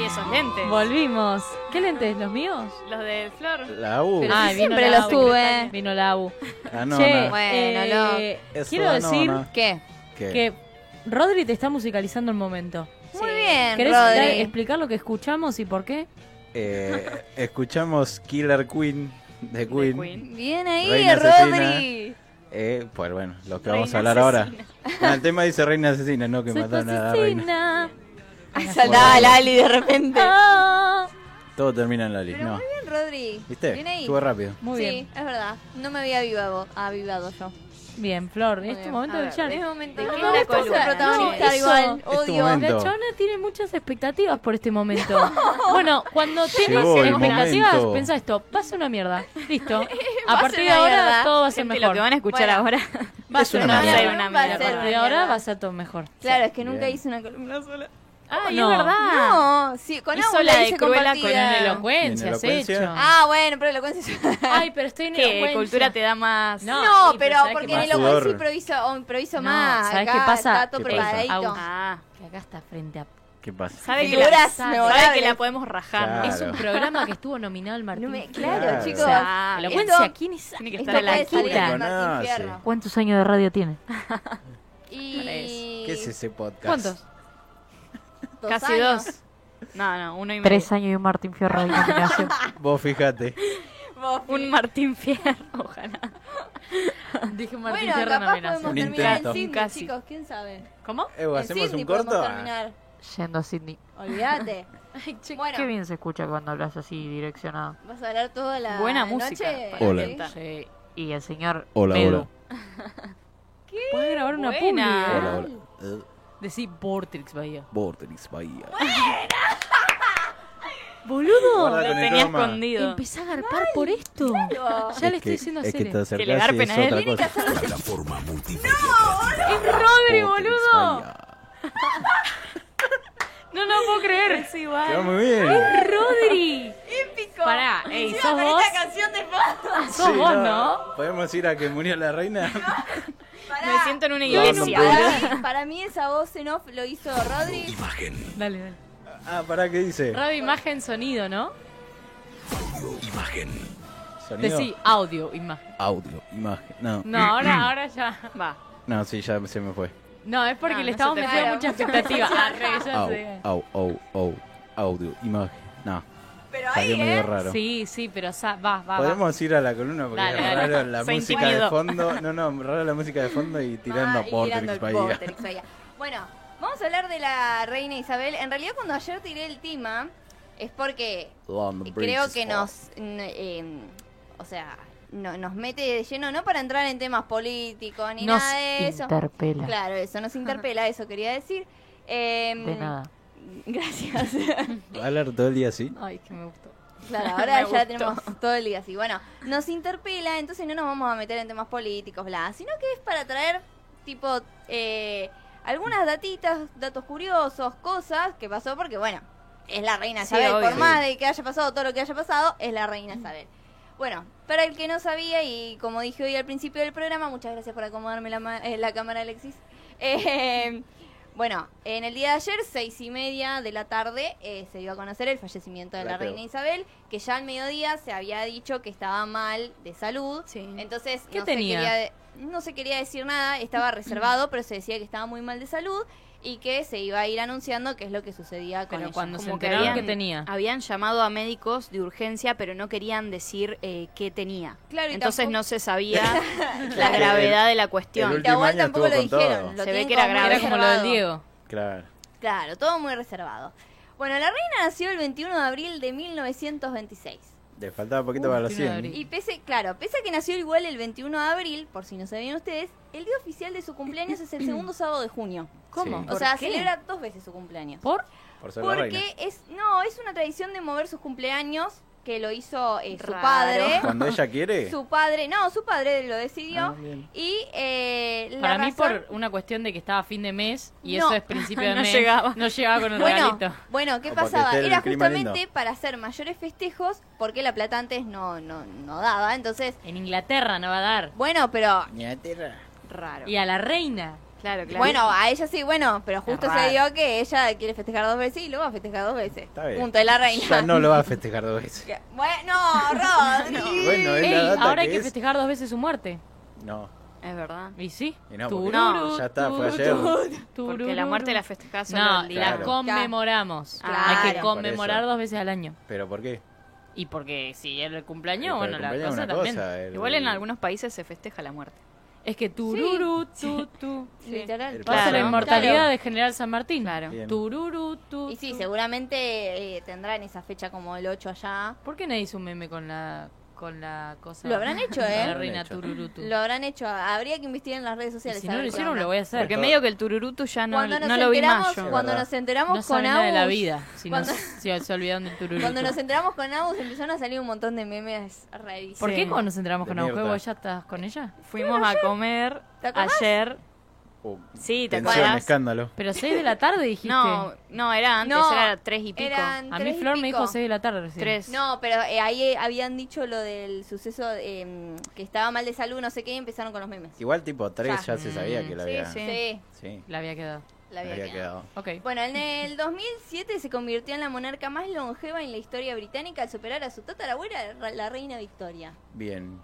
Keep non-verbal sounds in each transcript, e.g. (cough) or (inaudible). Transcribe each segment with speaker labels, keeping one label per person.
Speaker 1: y esos lentes.
Speaker 2: Volvimos. ¿Qué lentes? ¿Los míos?
Speaker 1: los del Flor.
Speaker 3: La U. Ah,
Speaker 2: Pero
Speaker 4: Ay,
Speaker 2: sí,
Speaker 4: siempre
Speaker 2: vino la
Speaker 4: los
Speaker 2: U.
Speaker 4: tuve.
Speaker 2: Vino la U.
Speaker 3: Anona.
Speaker 2: Che,
Speaker 4: Bueno,
Speaker 2: eh,
Speaker 3: Es
Speaker 2: quiero
Speaker 3: Anona.
Speaker 2: decir
Speaker 4: ¿Qué?
Speaker 3: ¿Qué?
Speaker 2: que Rodri te está musicalizando el momento.
Speaker 4: Muy bien,
Speaker 2: ¿Querés
Speaker 4: Rodri.
Speaker 2: dar- explicar lo que escuchamos y por qué?
Speaker 3: Eh, escuchamos Killer Queen de Queen.
Speaker 1: Queen.
Speaker 4: Bien ahí,
Speaker 3: Reina
Speaker 4: Rodri.
Speaker 3: Eh, pues bueno, lo que
Speaker 1: Reina
Speaker 3: vamos a hablar
Speaker 1: asesina.
Speaker 3: ahora. Ah, el tema dice reina asesina, no que
Speaker 2: Soy tu
Speaker 3: mataron a la reina.
Speaker 2: asesina.
Speaker 4: Ay, Saltaba Lali de repente.
Speaker 2: Ah.
Speaker 3: Todo termina en la lista.
Speaker 4: Pero
Speaker 3: No.
Speaker 4: muy bien, Rodri.
Speaker 3: ¿Viste?
Speaker 4: Bien ahí.
Speaker 3: Estuvo rápido.
Speaker 2: Muy
Speaker 4: sí,
Speaker 2: bien.
Speaker 4: es verdad. No me había avivado, avivado yo.
Speaker 2: Bien, Flor.
Speaker 4: Muy
Speaker 2: Es tu
Speaker 4: bien.
Speaker 2: momento
Speaker 1: A
Speaker 2: de
Speaker 1: ver,
Speaker 2: brillar.
Speaker 4: Es momento
Speaker 1: ¿De
Speaker 4: que
Speaker 1: qué
Speaker 4: no
Speaker 1: es la
Speaker 4: me gusta
Speaker 1: columna?
Speaker 4: ser protagonista
Speaker 2: No, eso.
Speaker 4: igual.
Speaker 3: tu
Speaker 4: Odio.
Speaker 3: momento.
Speaker 2: La chabona tiene muchas expectativas por este
Speaker 4: (laughs)
Speaker 2: momento. Bueno, cuando tengas
Speaker 3: Llegó el
Speaker 2: expectativas,
Speaker 3: momento.
Speaker 2: piensa esto, va a ser una mierda.
Speaker 4: (laughs)
Speaker 2: Listo. A partir de
Speaker 4: una
Speaker 2: ahora
Speaker 4: mierda.
Speaker 2: todo va a ser
Speaker 1: Gente,
Speaker 2: mejor.
Speaker 1: Lo que van a escuchar ahora.
Speaker 4: Bueno.
Speaker 2: Va a
Speaker 3: Es
Speaker 2: ser
Speaker 3: una
Speaker 2: una
Speaker 3: mierda.
Speaker 2: mierda.
Speaker 4: Va a
Speaker 2: A
Speaker 4: ser
Speaker 2: partir de
Speaker 4: una
Speaker 2: ahora
Speaker 4: mierda.
Speaker 2: va a ser todo mejor.
Speaker 4: Claro, es que nunca
Speaker 3: Bien.
Speaker 4: hice una columna sola.
Speaker 1: Ah,
Speaker 2: No.
Speaker 1: es verdad.
Speaker 4: No, sí, con
Speaker 1: Hizo
Speaker 4: Agus
Speaker 1: la de
Speaker 4: hice
Speaker 1: Cruella con
Speaker 4: compartida.
Speaker 1: un elocuente.
Speaker 2: Elocuencia, has
Speaker 3: elocuencia?
Speaker 2: hecho.
Speaker 4: Ah, bueno, pero elocuencia yo.
Speaker 2: Ay, pero estoy en
Speaker 1: Que
Speaker 2: elocuencia.
Speaker 1: cultura te da más.
Speaker 2: No.
Speaker 4: No,
Speaker 2: sí, pero
Speaker 4: pero
Speaker 2: ¿sabes
Speaker 4: porque
Speaker 2: qué
Speaker 4: en el
Speaker 3: pasa?
Speaker 4: local sí
Speaker 3: Sudor.
Speaker 4: improviso, oh, improviso
Speaker 2: No,
Speaker 4: más.
Speaker 2: ¿sabes
Speaker 4: acá
Speaker 2: qué pasa?
Speaker 4: Está todo
Speaker 3: ¿Qué pasa?
Speaker 4: preparadito.
Speaker 2: Au.
Speaker 1: Ah,
Speaker 2: Que acá está frente a...
Speaker 3: ¿Qué pasa?
Speaker 1: sabe que, la,
Speaker 4: Figuras
Speaker 1: sabe que
Speaker 4: memorables.
Speaker 1: la podemos rajar.
Speaker 3: Claro.
Speaker 1: Es
Speaker 2: Es un programa que estuvo nominado al Martín.
Speaker 4: No me-
Speaker 2: Fierro.
Speaker 4: claro,
Speaker 3: Claro.
Speaker 4: chicos.
Speaker 1: Ah,
Speaker 2: Elocuencia,
Speaker 4: esto-
Speaker 2: ¿quién es?
Speaker 1: Tiene que
Speaker 4: Esto
Speaker 1: estar a la
Speaker 4: puede salir
Speaker 3: altura.
Speaker 4: en Martín
Speaker 3: Conoce.
Speaker 4: Fierro.
Speaker 2: ¿Cuántos años de radio tiene?
Speaker 4: (laughs) Y...
Speaker 3: ¿Qué es ese podcast?
Speaker 2: ¿Cuántos?
Speaker 4: dos
Speaker 1: Casi
Speaker 4: años.
Speaker 1: dos. No, no, uno y medio.
Speaker 2: Tres años y un Martín Fierro de
Speaker 5: (laughs)
Speaker 2: nominación.
Speaker 3: Vos fijate.
Speaker 4: Vos,
Speaker 1: Un Martín Fierro, (laughs) ojalá.
Speaker 2: Dije Martín
Speaker 4: Bueno,
Speaker 2: Fierro
Speaker 4: capaz
Speaker 2: nominación.
Speaker 4: podemos
Speaker 3: Un
Speaker 4: terminar en
Speaker 3: intento.
Speaker 4: Sydney,
Speaker 1: Casi.
Speaker 4: chicos, quién sabe.
Speaker 2: ¿Cómo?
Speaker 3: Eh, ¿o
Speaker 4: En
Speaker 3: ¿Hacemos
Speaker 4: Sydney
Speaker 3: un corto?
Speaker 4: podemos
Speaker 3: Ah,
Speaker 4: terminar.
Speaker 5: Yendo a Sydney.
Speaker 1: (laughs)
Speaker 4: Olvídate. Bueno.
Speaker 5: Qué bien se escucha cuando hablas así direccionado.
Speaker 4: Vas a hablar toda la
Speaker 1: Buena música
Speaker 4: noche.
Speaker 1: para
Speaker 3: Hola.
Speaker 4: ¿sí?
Speaker 1: cantar.
Speaker 5: Sí. Y el señor.
Speaker 3: Ah. Hola,
Speaker 5: Medu.
Speaker 3: hola.
Speaker 2: Puedes grabar una publi.
Speaker 1: Buena.
Speaker 2: ¿eh?
Speaker 3: Hola, hola. Eh,
Speaker 2: Decí Vortrix Bahía.
Speaker 3: Vortex Bahía.
Speaker 2: Boludo,
Speaker 3: Guarda
Speaker 1: Lo
Speaker 3: con el
Speaker 1: tenía
Speaker 3: croma.
Speaker 1: escondido.
Speaker 2: empecé a garpar por esto. Ya le
Speaker 4: Digo,
Speaker 3: Es que-
Speaker 2: estoy diciendo
Speaker 3: Es que
Speaker 2: serio.
Speaker 3: te
Speaker 1: Que le
Speaker 3: acercás y
Speaker 1: garpen a
Speaker 3: es
Speaker 1: él.
Speaker 3: otra cosa.
Speaker 6: Plataforma multimedia.
Speaker 2: ¡Es Rodri,
Speaker 3: Vortex
Speaker 2: boludo!
Speaker 3: Bahía.
Speaker 2: No lo puedo creer.
Speaker 1: Es
Speaker 3: Quedó
Speaker 1: igual.
Speaker 3: muy bien.
Speaker 2: ¡Rodri!
Speaker 4: Épico.
Speaker 2: Pará, ey,
Speaker 4: Encima
Speaker 2: ¿sos
Speaker 4: con
Speaker 2: vos?
Speaker 4: esta canción de fondo.
Speaker 2: Sos
Speaker 3: Sí,
Speaker 2: vos, ¿no?
Speaker 3: ¿Podemos ir a que murió la reina?
Speaker 4: (laughs) Pará.
Speaker 1: Me siento en una
Speaker 3: Ah, No, no
Speaker 1: iglesia.
Speaker 3: puedo.
Speaker 4: Para mí, para mí esa voz en off lo hizo Rodri.
Speaker 6: Imagen,
Speaker 2: Dale, dale.
Speaker 3: ah, pará, ¿qué dice?
Speaker 2: Radio, imagen, sonido, ¿no?
Speaker 6: imagen,
Speaker 3: ¿Sonido?
Speaker 2: Decí Mm. audio, imagen.
Speaker 3: Audio, imagen. No.
Speaker 2: No,
Speaker 3: (clears throat)
Speaker 2: ahora, ahora ya.
Speaker 1: Va.
Speaker 3: No, sí, ya se me fue.
Speaker 2: No, es porque
Speaker 1: No, no
Speaker 2: le estamos
Speaker 1: se te
Speaker 2: metiendo
Speaker 4: fue.
Speaker 2: mucha expectativa. Ah, re, ya
Speaker 3: Au,
Speaker 2: sé.
Speaker 3: au, au, au. Audio, imagen. No,
Speaker 4: Pero ahí,
Speaker 3: salió medio
Speaker 4: ¿eh?
Speaker 3: raro.
Speaker 2: Sí, sí, pero sa- va, va, va.
Speaker 3: Podemos ir a la columna porque
Speaker 2: Dale,
Speaker 3: es
Speaker 2: dale.
Speaker 3: raro la
Speaker 1: Se
Speaker 3: música de
Speaker 1: intimidó.
Speaker 3: fondo. No, no, raro la música de fondo y tirando
Speaker 4: Ah,
Speaker 3: a
Speaker 4: y tirando
Speaker 3: Vortex
Speaker 4: el
Speaker 3: Bahía. (laughs)
Speaker 4: Vortex Bahía. Bueno, vamos a hablar de la reina Isabel. En realidad, cuando ayer tiré el tema, es porque
Speaker 3: London Bridge
Speaker 4: creo
Speaker 3: is
Speaker 4: que
Speaker 3: fall.
Speaker 4: nos. n- em, o sea, no- nos mete de lleno, no para entrar en temas políticos ni
Speaker 2: Nos
Speaker 4: nada de eso.
Speaker 5: Interpela.
Speaker 4: Claro, eso
Speaker 5: (laughs)
Speaker 4: nos interpela, eso quería decir. Em,
Speaker 5: De nada.
Speaker 4: (laughs) Gracias.
Speaker 3: ¿Va a hablar todo el día así?
Speaker 2: Ay, que me gustó.
Speaker 1: (laughs)
Speaker 4: Claro, ahora
Speaker 1: Me
Speaker 4: ya
Speaker 1: gustó.
Speaker 4: tenemos todo el día así. Bueno, nos interpela, entonces no nos vamos a meter en temas políticos, bla, sino que es para traer, tipo, eh, algunas datitas, datos curiosos, cosas que pasó, porque, bueno, es la reina
Speaker 1: Sí,
Speaker 4: Isabel,
Speaker 1: obvio.
Speaker 4: por más de que haya pasado todo lo que haya pasado, es la reina Isabel. Bueno, para el que no sabía, y como dije hoy al principio del programa, muchas gracias por acomodarme la, ma- eh, la cámara, Alexis. (laughs) Eh, bueno, en el día de ayer, seis y media de la tarde, eh, se dio a conocer el fallecimiento de la
Speaker 3: Plateo.
Speaker 4: reina Isabel, que ya al mediodía se había dicho que estaba mal de salud.
Speaker 1: Sí.
Speaker 4: Entonces,
Speaker 2: ¿Qué
Speaker 4: no,
Speaker 2: tenía?
Speaker 4: Se quería, de- no se quería decir
Speaker 2: (clears throat)
Speaker 4: nada, estaba reservado, pero se decía que estaba muy mal de salud y que se iba a ir anunciando qué es lo que sucedía con
Speaker 2: Pero
Speaker 4: ella.
Speaker 2: cuando se
Speaker 1: Como que
Speaker 2: enteraron que
Speaker 1: habían-
Speaker 2: tenía.
Speaker 1: Habían llamado a médicos de urgencia, pero no querían decir eh, qué tenía.
Speaker 4: Claro, y
Speaker 1: Entonces
Speaker 4: tampoco-
Speaker 1: no se
Speaker 4: (laughs)
Speaker 1: sabía la
Speaker 4: Claro.
Speaker 1: gravedad de la
Speaker 3: El
Speaker 4: Y
Speaker 1: cuestión.
Speaker 3: último
Speaker 4: igual
Speaker 3: año
Speaker 4: tampoco lo
Speaker 3: estuvo con
Speaker 4: dijeron.
Speaker 3: todo.
Speaker 4: lo
Speaker 1: Se ve
Speaker 4: tienen
Speaker 1: que era
Speaker 4: como muy
Speaker 1: grave.
Speaker 2: Era como lo del
Speaker 4: reservado.
Speaker 2: Diego.
Speaker 3: Claro.
Speaker 4: Claro, todo muy reservado. Bueno, la reina nació el 21 de abril de 1926.
Speaker 3: Le faltaba poquito
Speaker 2: Uh,
Speaker 3: para los
Speaker 2: tiene
Speaker 3: 100.
Speaker 2: abril.
Speaker 4: Y pese, claro, pese a que nació igual el 21 de abril, por si no sabían ustedes, el día oficial de su cumpleaños
Speaker 2: (clears throat)
Speaker 4: es el segundo sábado de junio.
Speaker 2: ¿Cómo?
Speaker 3: Sí.
Speaker 4: O
Speaker 2: ¿Por
Speaker 4: sea,
Speaker 2: qué?
Speaker 4: celebra dos veces su cumpleaños.
Speaker 2: ¿Por?
Speaker 3: Por ser la reina.
Speaker 4: Porque es, no, es una tradición de mover sus cumpleaños que lo hizo eh, su
Speaker 1: Raro.
Speaker 3: (laughs)
Speaker 4: padre.
Speaker 3: Cuando ella quiere.
Speaker 4: Su padre, no, su padre lo decidió.
Speaker 3: Ah, bien.
Speaker 4: Y eh, la
Speaker 2: Para mí
Speaker 4: razón-
Speaker 2: por una cuestión de que estaba fin de mes y
Speaker 4: No.
Speaker 2: eso es
Speaker 1: (laughs)
Speaker 2: principio de
Speaker 1: No
Speaker 2: mes.
Speaker 1: llegaba.
Speaker 2: No llegaba con el
Speaker 4: Bueno,
Speaker 2: regalito.
Speaker 4: bueno, ¿qué
Speaker 3: O porque
Speaker 4: pasaba?
Speaker 3: esté el
Speaker 4: Era
Speaker 3: clima
Speaker 4: justamente
Speaker 3: lindo.
Speaker 4: para hacer mayores festejos porque la plata antes no, no, no daba. Entonces,
Speaker 2: En Inglaterra no va a dar.
Speaker 4: bueno, pero
Speaker 3: Inglaterra.
Speaker 4: raro.
Speaker 2: Y a la reina.
Speaker 1: Claro, claro.
Speaker 4: Bueno, a ella sí, bueno, pero justo
Speaker 5: Es
Speaker 4: se
Speaker 5: raro.
Speaker 4: dio que ella quiere festejar dos veces y lo va a festejar dos veces.
Speaker 3: Está bien.
Speaker 4: Punto de la reina.
Speaker 3: Ya no lo va a festejar dos veces.
Speaker 4: (laughs) Que- Bueno, Rodri.
Speaker 3: Bueno, es
Speaker 2: Ey,
Speaker 3: la data
Speaker 2: ahora hay
Speaker 3: que
Speaker 2: que
Speaker 3: es.
Speaker 2: festejar dos veces su muerte.
Speaker 3: No,
Speaker 1: es verdad.
Speaker 2: ¿Y sí?
Speaker 3: y no, porque-
Speaker 2: Tururú,
Speaker 3: ya está, fue ayer.
Speaker 2: tururú,
Speaker 1: Porque la muerte la festejás solo
Speaker 2: No,
Speaker 1: el día.
Speaker 2: la
Speaker 3: Claro.
Speaker 2: conmemoramos.
Speaker 4: Claro.
Speaker 2: Hay
Speaker 4: Por
Speaker 2: que
Speaker 4: eso.
Speaker 2: conmemorar dos veces al año.
Speaker 3: ¿Pero por qué?
Speaker 2: Y porque si era el cumpleaños,
Speaker 3: Porque
Speaker 2: bueno,
Speaker 3: el
Speaker 2: la
Speaker 3: cumpleaños es
Speaker 2: cosa
Speaker 3: una
Speaker 2: también.
Speaker 3: cosa, el-
Speaker 1: Igual en algunos países se festeja la muerte.
Speaker 2: Es que tururu, tu, tu.
Speaker 4: Literal.
Speaker 3: El
Speaker 2: Pasa
Speaker 1: Claro.
Speaker 2: la inmortalidad
Speaker 4: Claro.
Speaker 2: de General San Martín.
Speaker 1: Claro.
Speaker 3: Bien.
Speaker 2: Tururu, tu,
Speaker 4: Y sí,
Speaker 2: tu.
Speaker 4: seguramente eh, tendrán esa fecha como el 8 allá.
Speaker 2: ¿Por qué nadie hizo un meme con la, con la cosa?
Speaker 4: Lo habrán hecho,
Speaker 2: con
Speaker 4: ¿eh?
Speaker 2: (laughs) La reina
Speaker 3: Lo habrán
Speaker 2: tururu, tu.
Speaker 4: Lo habrán hecho. Habría que investigar en las redes
Speaker 2: Y
Speaker 4: sociales.
Speaker 2: si no
Speaker 4: a
Speaker 2: lo
Speaker 4: ver qué
Speaker 2: hicieron,
Speaker 4: onda.
Speaker 2: lo voy a hacer.
Speaker 1: Porque
Speaker 3: todo-
Speaker 1: medio que el tururutu ya no,
Speaker 4: Cuando nos
Speaker 1: no lo vi más
Speaker 4: enteramos,
Speaker 1: yo.
Speaker 4: cuando
Speaker 3: Es verdad.
Speaker 4: nos enteramos
Speaker 2: No
Speaker 4: con
Speaker 2: saben nada de
Speaker 4: Agus,
Speaker 2: la vida. Si,
Speaker 4: Cuando-
Speaker 2: nos- si se olvidaron del tururu.
Speaker 4: cuando nos enteramos con Agus empezaron a salir un montón de memes rarísimos.
Speaker 2: ¿Por qué cuando nos enteramos
Speaker 3: De
Speaker 2: con Auge,
Speaker 3: mierda.
Speaker 2: vos ya estás con ella?
Speaker 1: Fuimos a comer
Speaker 4: ¿Te acordás?
Speaker 1: ayer.
Speaker 3: Uh,
Speaker 1: Sí, ¿te
Speaker 3: tensión,
Speaker 1: acordás?
Speaker 3: escándalo.
Speaker 2: Pero 6 de la tarde dijiste.
Speaker 1: No, no, era antes,
Speaker 4: No,
Speaker 1: era tres y pico.
Speaker 4: Eran
Speaker 2: A mí
Speaker 4: tres y
Speaker 2: Flor me
Speaker 4: pico.
Speaker 2: dijo 6 de la tarde recién.
Speaker 1: Tres.
Speaker 4: No, pero eh, ahí eh, habían dicho lo del suceso eh, que estaba mal de salud, no sé qué, y empezaron con los memes.
Speaker 3: Igual tipo 3
Speaker 4: Ya.
Speaker 3: ya se sabía que la
Speaker 1: Sí,
Speaker 3: había.
Speaker 1: sí.
Speaker 4: Sí,
Speaker 3: Sí,
Speaker 2: La había quedado.
Speaker 4: la
Speaker 3: la
Speaker 4: había
Speaker 3: había
Speaker 4: quedado.
Speaker 3: quedado.
Speaker 2: Ok.
Speaker 4: Bueno, en el 2007 se convirtió en la monarca más longeva en la historia británica al superar a su tatarabuela, ra- la reina Victoria.
Speaker 3: Bien.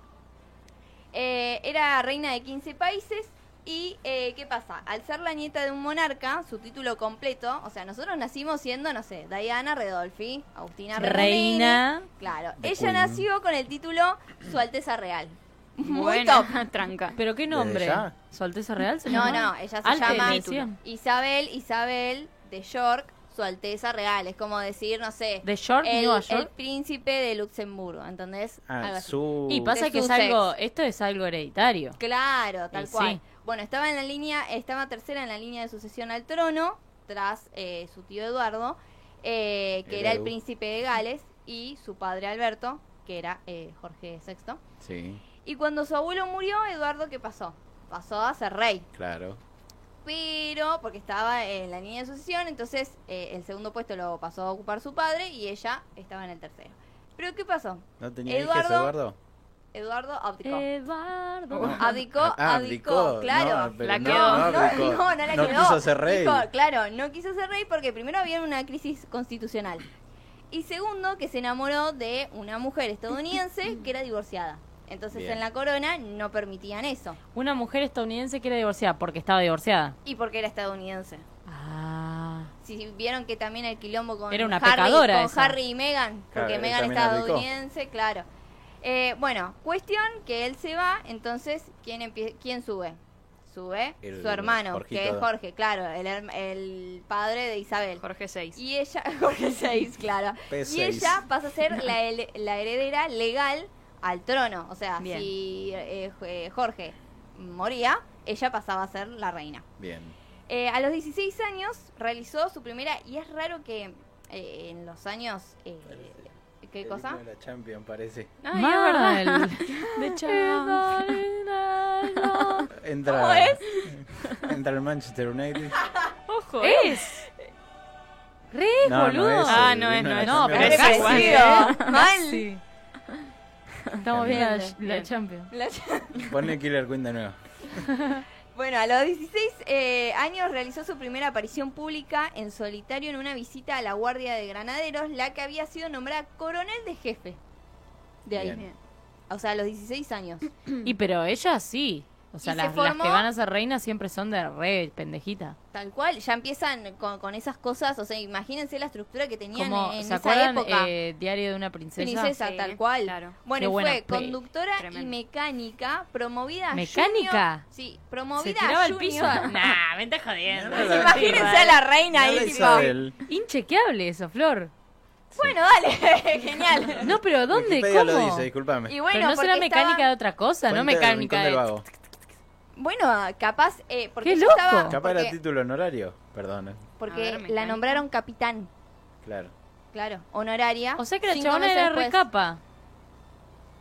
Speaker 4: Eh, era reina de 15 países y eh, ¿qué pasa? Al ser la nieta de un monarca, su título completo, o sea, nosotros nacimos siendo, no sé, Diana Redolfi, Agustina Remolini.
Speaker 2: Reina.
Speaker 4: Claro,
Speaker 3: The
Speaker 4: ella
Speaker 3: Queen.
Speaker 4: nació con el título Su Alteza Real. Muy
Speaker 1: Bueno, (laughs)
Speaker 4: top.
Speaker 1: tranca.
Speaker 2: ¿Pero qué nombre?
Speaker 3: ya?
Speaker 2: ¿Su Alteza Real? se
Speaker 4: No,
Speaker 2: llamaba?
Speaker 4: no, ella se
Speaker 2: Alte,
Speaker 4: llama
Speaker 2: le decían.
Speaker 4: Isabel, Isabel de York, Su Alteza Real. Es como decir, no sé,
Speaker 2: De York,
Speaker 4: el,
Speaker 2: Nueva
Speaker 4: el
Speaker 2: York.
Speaker 4: príncipe de Luxemburgo, ¿entendés? Algo
Speaker 3: Ah,
Speaker 4: así.
Speaker 3: su.
Speaker 2: Y
Speaker 4: de
Speaker 2: pasa que es
Speaker 4: Sussex.
Speaker 2: algo, esto es algo hereditario.
Speaker 4: Claro, tal
Speaker 2: Y sí.
Speaker 4: cual. Bueno, estaba en la línea, estaba tercera en la línea de sucesión al trono, tras eh, su tío Eduardo, eh, que
Speaker 3: El
Speaker 4: era el
Speaker 3: Edu.
Speaker 4: príncipe de Gales, y su padre Alberto, que era eh, Jorge VI.
Speaker 3: Sí,
Speaker 4: Y cuando su abuelo murió, Eduardo, ¿qué pasó? Pasó a ser rey.
Speaker 3: claro.
Speaker 4: Pero, porque estaba en la línea de sucesión, entonces eh, el segundo puesto lo pasó a ocupar su padre y ella estaba en el tercero. Pero, ¿qué pasó?
Speaker 3: ¿No tenía hijos,
Speaker 4: Eduardo.
Speaker 3: Eduardo?
Speaker 4: Eduardo abdicó.
Speaker 2: Eh, Eduardo.
Speaker 4: (laughs) Abdicó,
Speaker 3: Ah,
Speaker 4: abdicó, claro.
Speaker 3: No, pero
Speaker 1: La
Speaker 3: no,
Speaker 1: quedó.
Speaker 3: no,
Speaker 4: No,
Speaker 3: abdicó.
Speaker 4: no, no la
Speaker 3: No
Speaker 4: quedó.
Speaker 3: quiso ser rey.
Speaker 4: Dijo, claro, no quiso ser rey porque primero había una crisis constitucional. Y segundo, que se enamoró de una mujer estadounidense que era divorciada. Entonces
Speaker 3: Bien.
Speaker 4: en la corona no permitían eso.
Speaker 2: Una mujer estadounidense que era divorciada porque estaba divorciada.
Speaker 4: Y porque era estadounidense.
Speaker 2: Ah.
Speaker 4: Si vieron que también el quilombo con,
Speaker 2: Era una
Speaker 4: Harry,
Speaker 2: pecadora
Speaker 4: con
Speaker 2: esa.
Speaker 4: Harry y Meghan,
Speaker 3: Claro,
Speaker 4: porque
Speaker 3: él
Speaker 4: Meghan es
Speaker 3: también abdicó.
Speaker 4: estadounidense, claro. Eh, bueno, cuestión que él se va, entonces, ¿quién, empie- quién sube? Sube
Speaker 3: El
Speaker 4: su hermano,
Speaker 3: Jorgito.
Speaker 4: que es Jorge, claro, el, herm- el padre de Isabel.
Speaker 1: Jorge 6.
Speaker 4: Y ella, (laughs) Jorge VI, claro.
Speaker 3: P6.
Speaker 4: Y ella pasa a
Speaker 2: (laughs)
Speaker 4: ser la, hel- la heredera legal al trono. O sea,
Speaker 1: Bien.
Speaker 4: si eh, eh, Jorge moría, ella pasaba a ser la reina.
Speaker 3: Bien.
Speaker 4: Eh, a los 16 años realizó su primera, y es raro que eh, en los años... eh, ¿Qué cosa?
Speaker 3: La Champion parece.
Speaker 1: Ay, es verdad.
Speaker 4: (laughs)
Speaker 2: Mal. De chaval.
Speaker 3: Entra, (laughs) Entra el Manchester United.
Speaker 1: Ojo. eh.
Speaker 2: Es. Re es,
Speaker 3: No, no
Speaker 2: boludo.
Speaker 3: es,
Speaker 1: Ah,
Speaker 3: eh,
Speaker 1: no es,
Speaker 3: vino
Speaker 1: no
Speaker 3: la
Speaker 1: es.
Speaker 2: No,
Speaker 3: Champions.
Speaker 2: pero
Speaker 1: es
Speaker 2: casi,
Speaker 1: parecido.
Speaker 2: ¿eh?
Speaker 4: Mal.
Speaker 2: (laughs) Casi. Estamos viendo la,
Speaker 4: Bien,
Speaker 2: la
Speaker 4: bien.
Speaker 2: Champions.
Speaker 3: Pone Killer Queen de nuevo.
Speaker 4: Bueno, a los 16 eh, años realizó su primera aparición pública en solitario en una visita a la Guardia de Granaderos, la que había sido nombrada coronel de jefe. De ahí.
Speaker 3: Bien.
Speaker 4: O sea, a los
Speaker 2: (laughs)
Speaker 4: 16 años.
Speaker 2: Y pero ella sí. O sea,
Speaker 4: Y
Speaker 2: las,
Speaker 4: se
Speaker 2: las
Speaker 4: formó-
Speaker 2: que van a ser reinas siempre son de re pendejita.
Speaker 4: Tal cual, ya empiezan con, con esas cosas. O sea, imagínense la estructura que tenían
Speaker 2: Como,
Speaker 4: en
Speaker 2: ¿se
Speaker 4: esa
Speaker 2: acuerdan
Speaker 4: época.
Speaker 2: eh, Diario de una princesa?
Speaker 4: Princesa,
Speaker 1: Sí,
Speaker 4: tal cual.
Speaker 1: claro.
Speaker 4: Bueno,
Speaker 2: Qué
Speaker 4: y
Speaker 2: buena
Speaker 4: fue
Speaker 2: pe-
Speaker 4: conductora y
Speaker 1: tremendo.
Speaker 4: mecánica promovida a
Speaker 2: ¿Mecánica?
Speaker 4: junior- sí,
Speaker 2: ¿Se
Speaker 4: promovida a
Speaker 2: tiraba al piso?
Speaker 4: junior. (laughs)
Speaker 2: Nah, me estás jodiendo.
Speaker 3: Mira la-
Speaker 4: Imagínense a la reina
Speaker 3: Mirá la
Speaker 4: ahí, tipo,
Speaker 3: Isabel.
Speaker 2: Inchequeable eso, Flor.
Speaker 4: Bueno, dale, (laughs) genial.
Speaker 2: No, pero ¿dónde?
Speaker 3: Wikipedia
Speaker 2: ¿Cómo?
Speaker 3: lo dice, discúlpame.
Speaker 4: Y bueno,
Speaker 2: pero no será
Speaker 4: porque
Speaker 2: mecánica
Speaker 4: estaba-
Speaker 2: de otra cosa, no
Speaker 3: Fuente del
Speaker 2: mecánica
Speaker 3: Rincón del
Speaker 2: de...
Speaker 3: Vago.
Speaker 4: Bueno, capaz, eh, porque
Speaker 2: ¡Qué
Speaker 4: ella
Speaker 2: loco! Ah,
Speaker 4: estaba-
Speaker 3: Capaz era
Speaker 4: porque,
Speaker 3: título honorario. Perdón, eh,
Speaker 4: porque
Speaker 1: A ver,
Speaker 4: la
Speaker 1: mecánica.
Speaker 4: nombraron capitán,
Speaker 3: claro.
Speaker 4: claro, honoraria.
Speaker 2: O sea que la
Speaker 4: cinco
Speaker 2: chabona
Speaker 4: meses
Speaker 2: era
Speaker 4: después.
Speaker 2: recapa.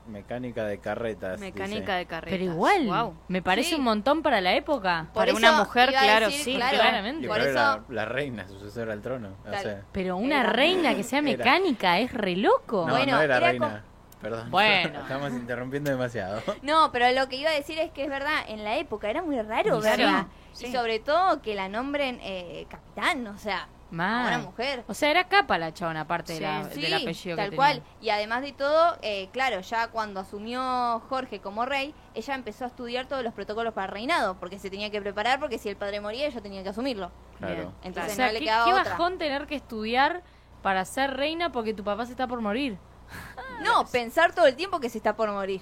Speaker 3: Mecánica de carretas.
Speaker 1: Mecánica de carretas.
Speaker 2: Pero igual,
Speaker 1: Guau.
Speaker 2: me parece
Speaker 4: Sí.
Speaker 2: un montón para la época.
Speaker 4: Por
Speaker 1: Para una
Speaker 4: eso
Speaker 1: mujer,
Speaker 4: iba a
Speaker 1: claro,
Speaker 4: decir,
Speaker 1: sí,
Speaker 2: claramente.
Speaker 3: Y
Speaker 4: Por
Speaker 3: pero
Speaker 4: eso,
Speaker 3: era la reina sucesora al trono. O
Speaker 4: Tal.
Speaker 3: sea,
Speaker 2: Pero una
Speaker 4: Era-
Speaker 2: reina que sea
Speaker 3: Era.
Speaker 2: mecánica es re loco.
Speaker 3: no,
Speaker 4: Bueno,
Speaker 3: no era,
Speaker 4: era
Speaker 3: reina. Perdón. (laughs)
Speaker 2: Bueno.
Speaker 3: Estamos interrumpiendo demasiado.
Speaker 4: No, pero lo que iba a decir es que es verdad, en la época era muy raro
Speaker 2: Y
Speaker 4: verla.
Speaker 2: sí, sí.
Speaker 4: Y sobre todo que la nombren eh, capitán, o sea,
Speaker 2: Mal.
Speaker 4: una mujer.
Speaker 2: O sea, era capa la chabona, aparte de
Speaker 1: Sí,
Speaker 2: la-
Speaker 4: Sí,
Speaker 2: Ah. del apellido
Speaker 4: tal
Speaker 2: que
Speaker 4: cual.
Speaker 2: tenía.
Speaker 4: Y además de todo, eh, claro, ya cuando asumió Jorge como rey, ella empezó a estudiar todos los protocolos para el reinado, porque se tenía que preparar, porque si el padre moría, ella tenía que asumirlo.
Speaker 3: Claro.
Speaker 4: Entonces
Speaker 2: o sea,
Speaker 4: no le
Speaker 2: qué,
Speaker 4: quedaba
Speaker 2: qué
Speaker 4: otra.
Speaker 2: bajón tener que estudiar para ser reina porque tu papá se está por morir.
Speaker 4: No, pensar todo el tiempo que se está por morir.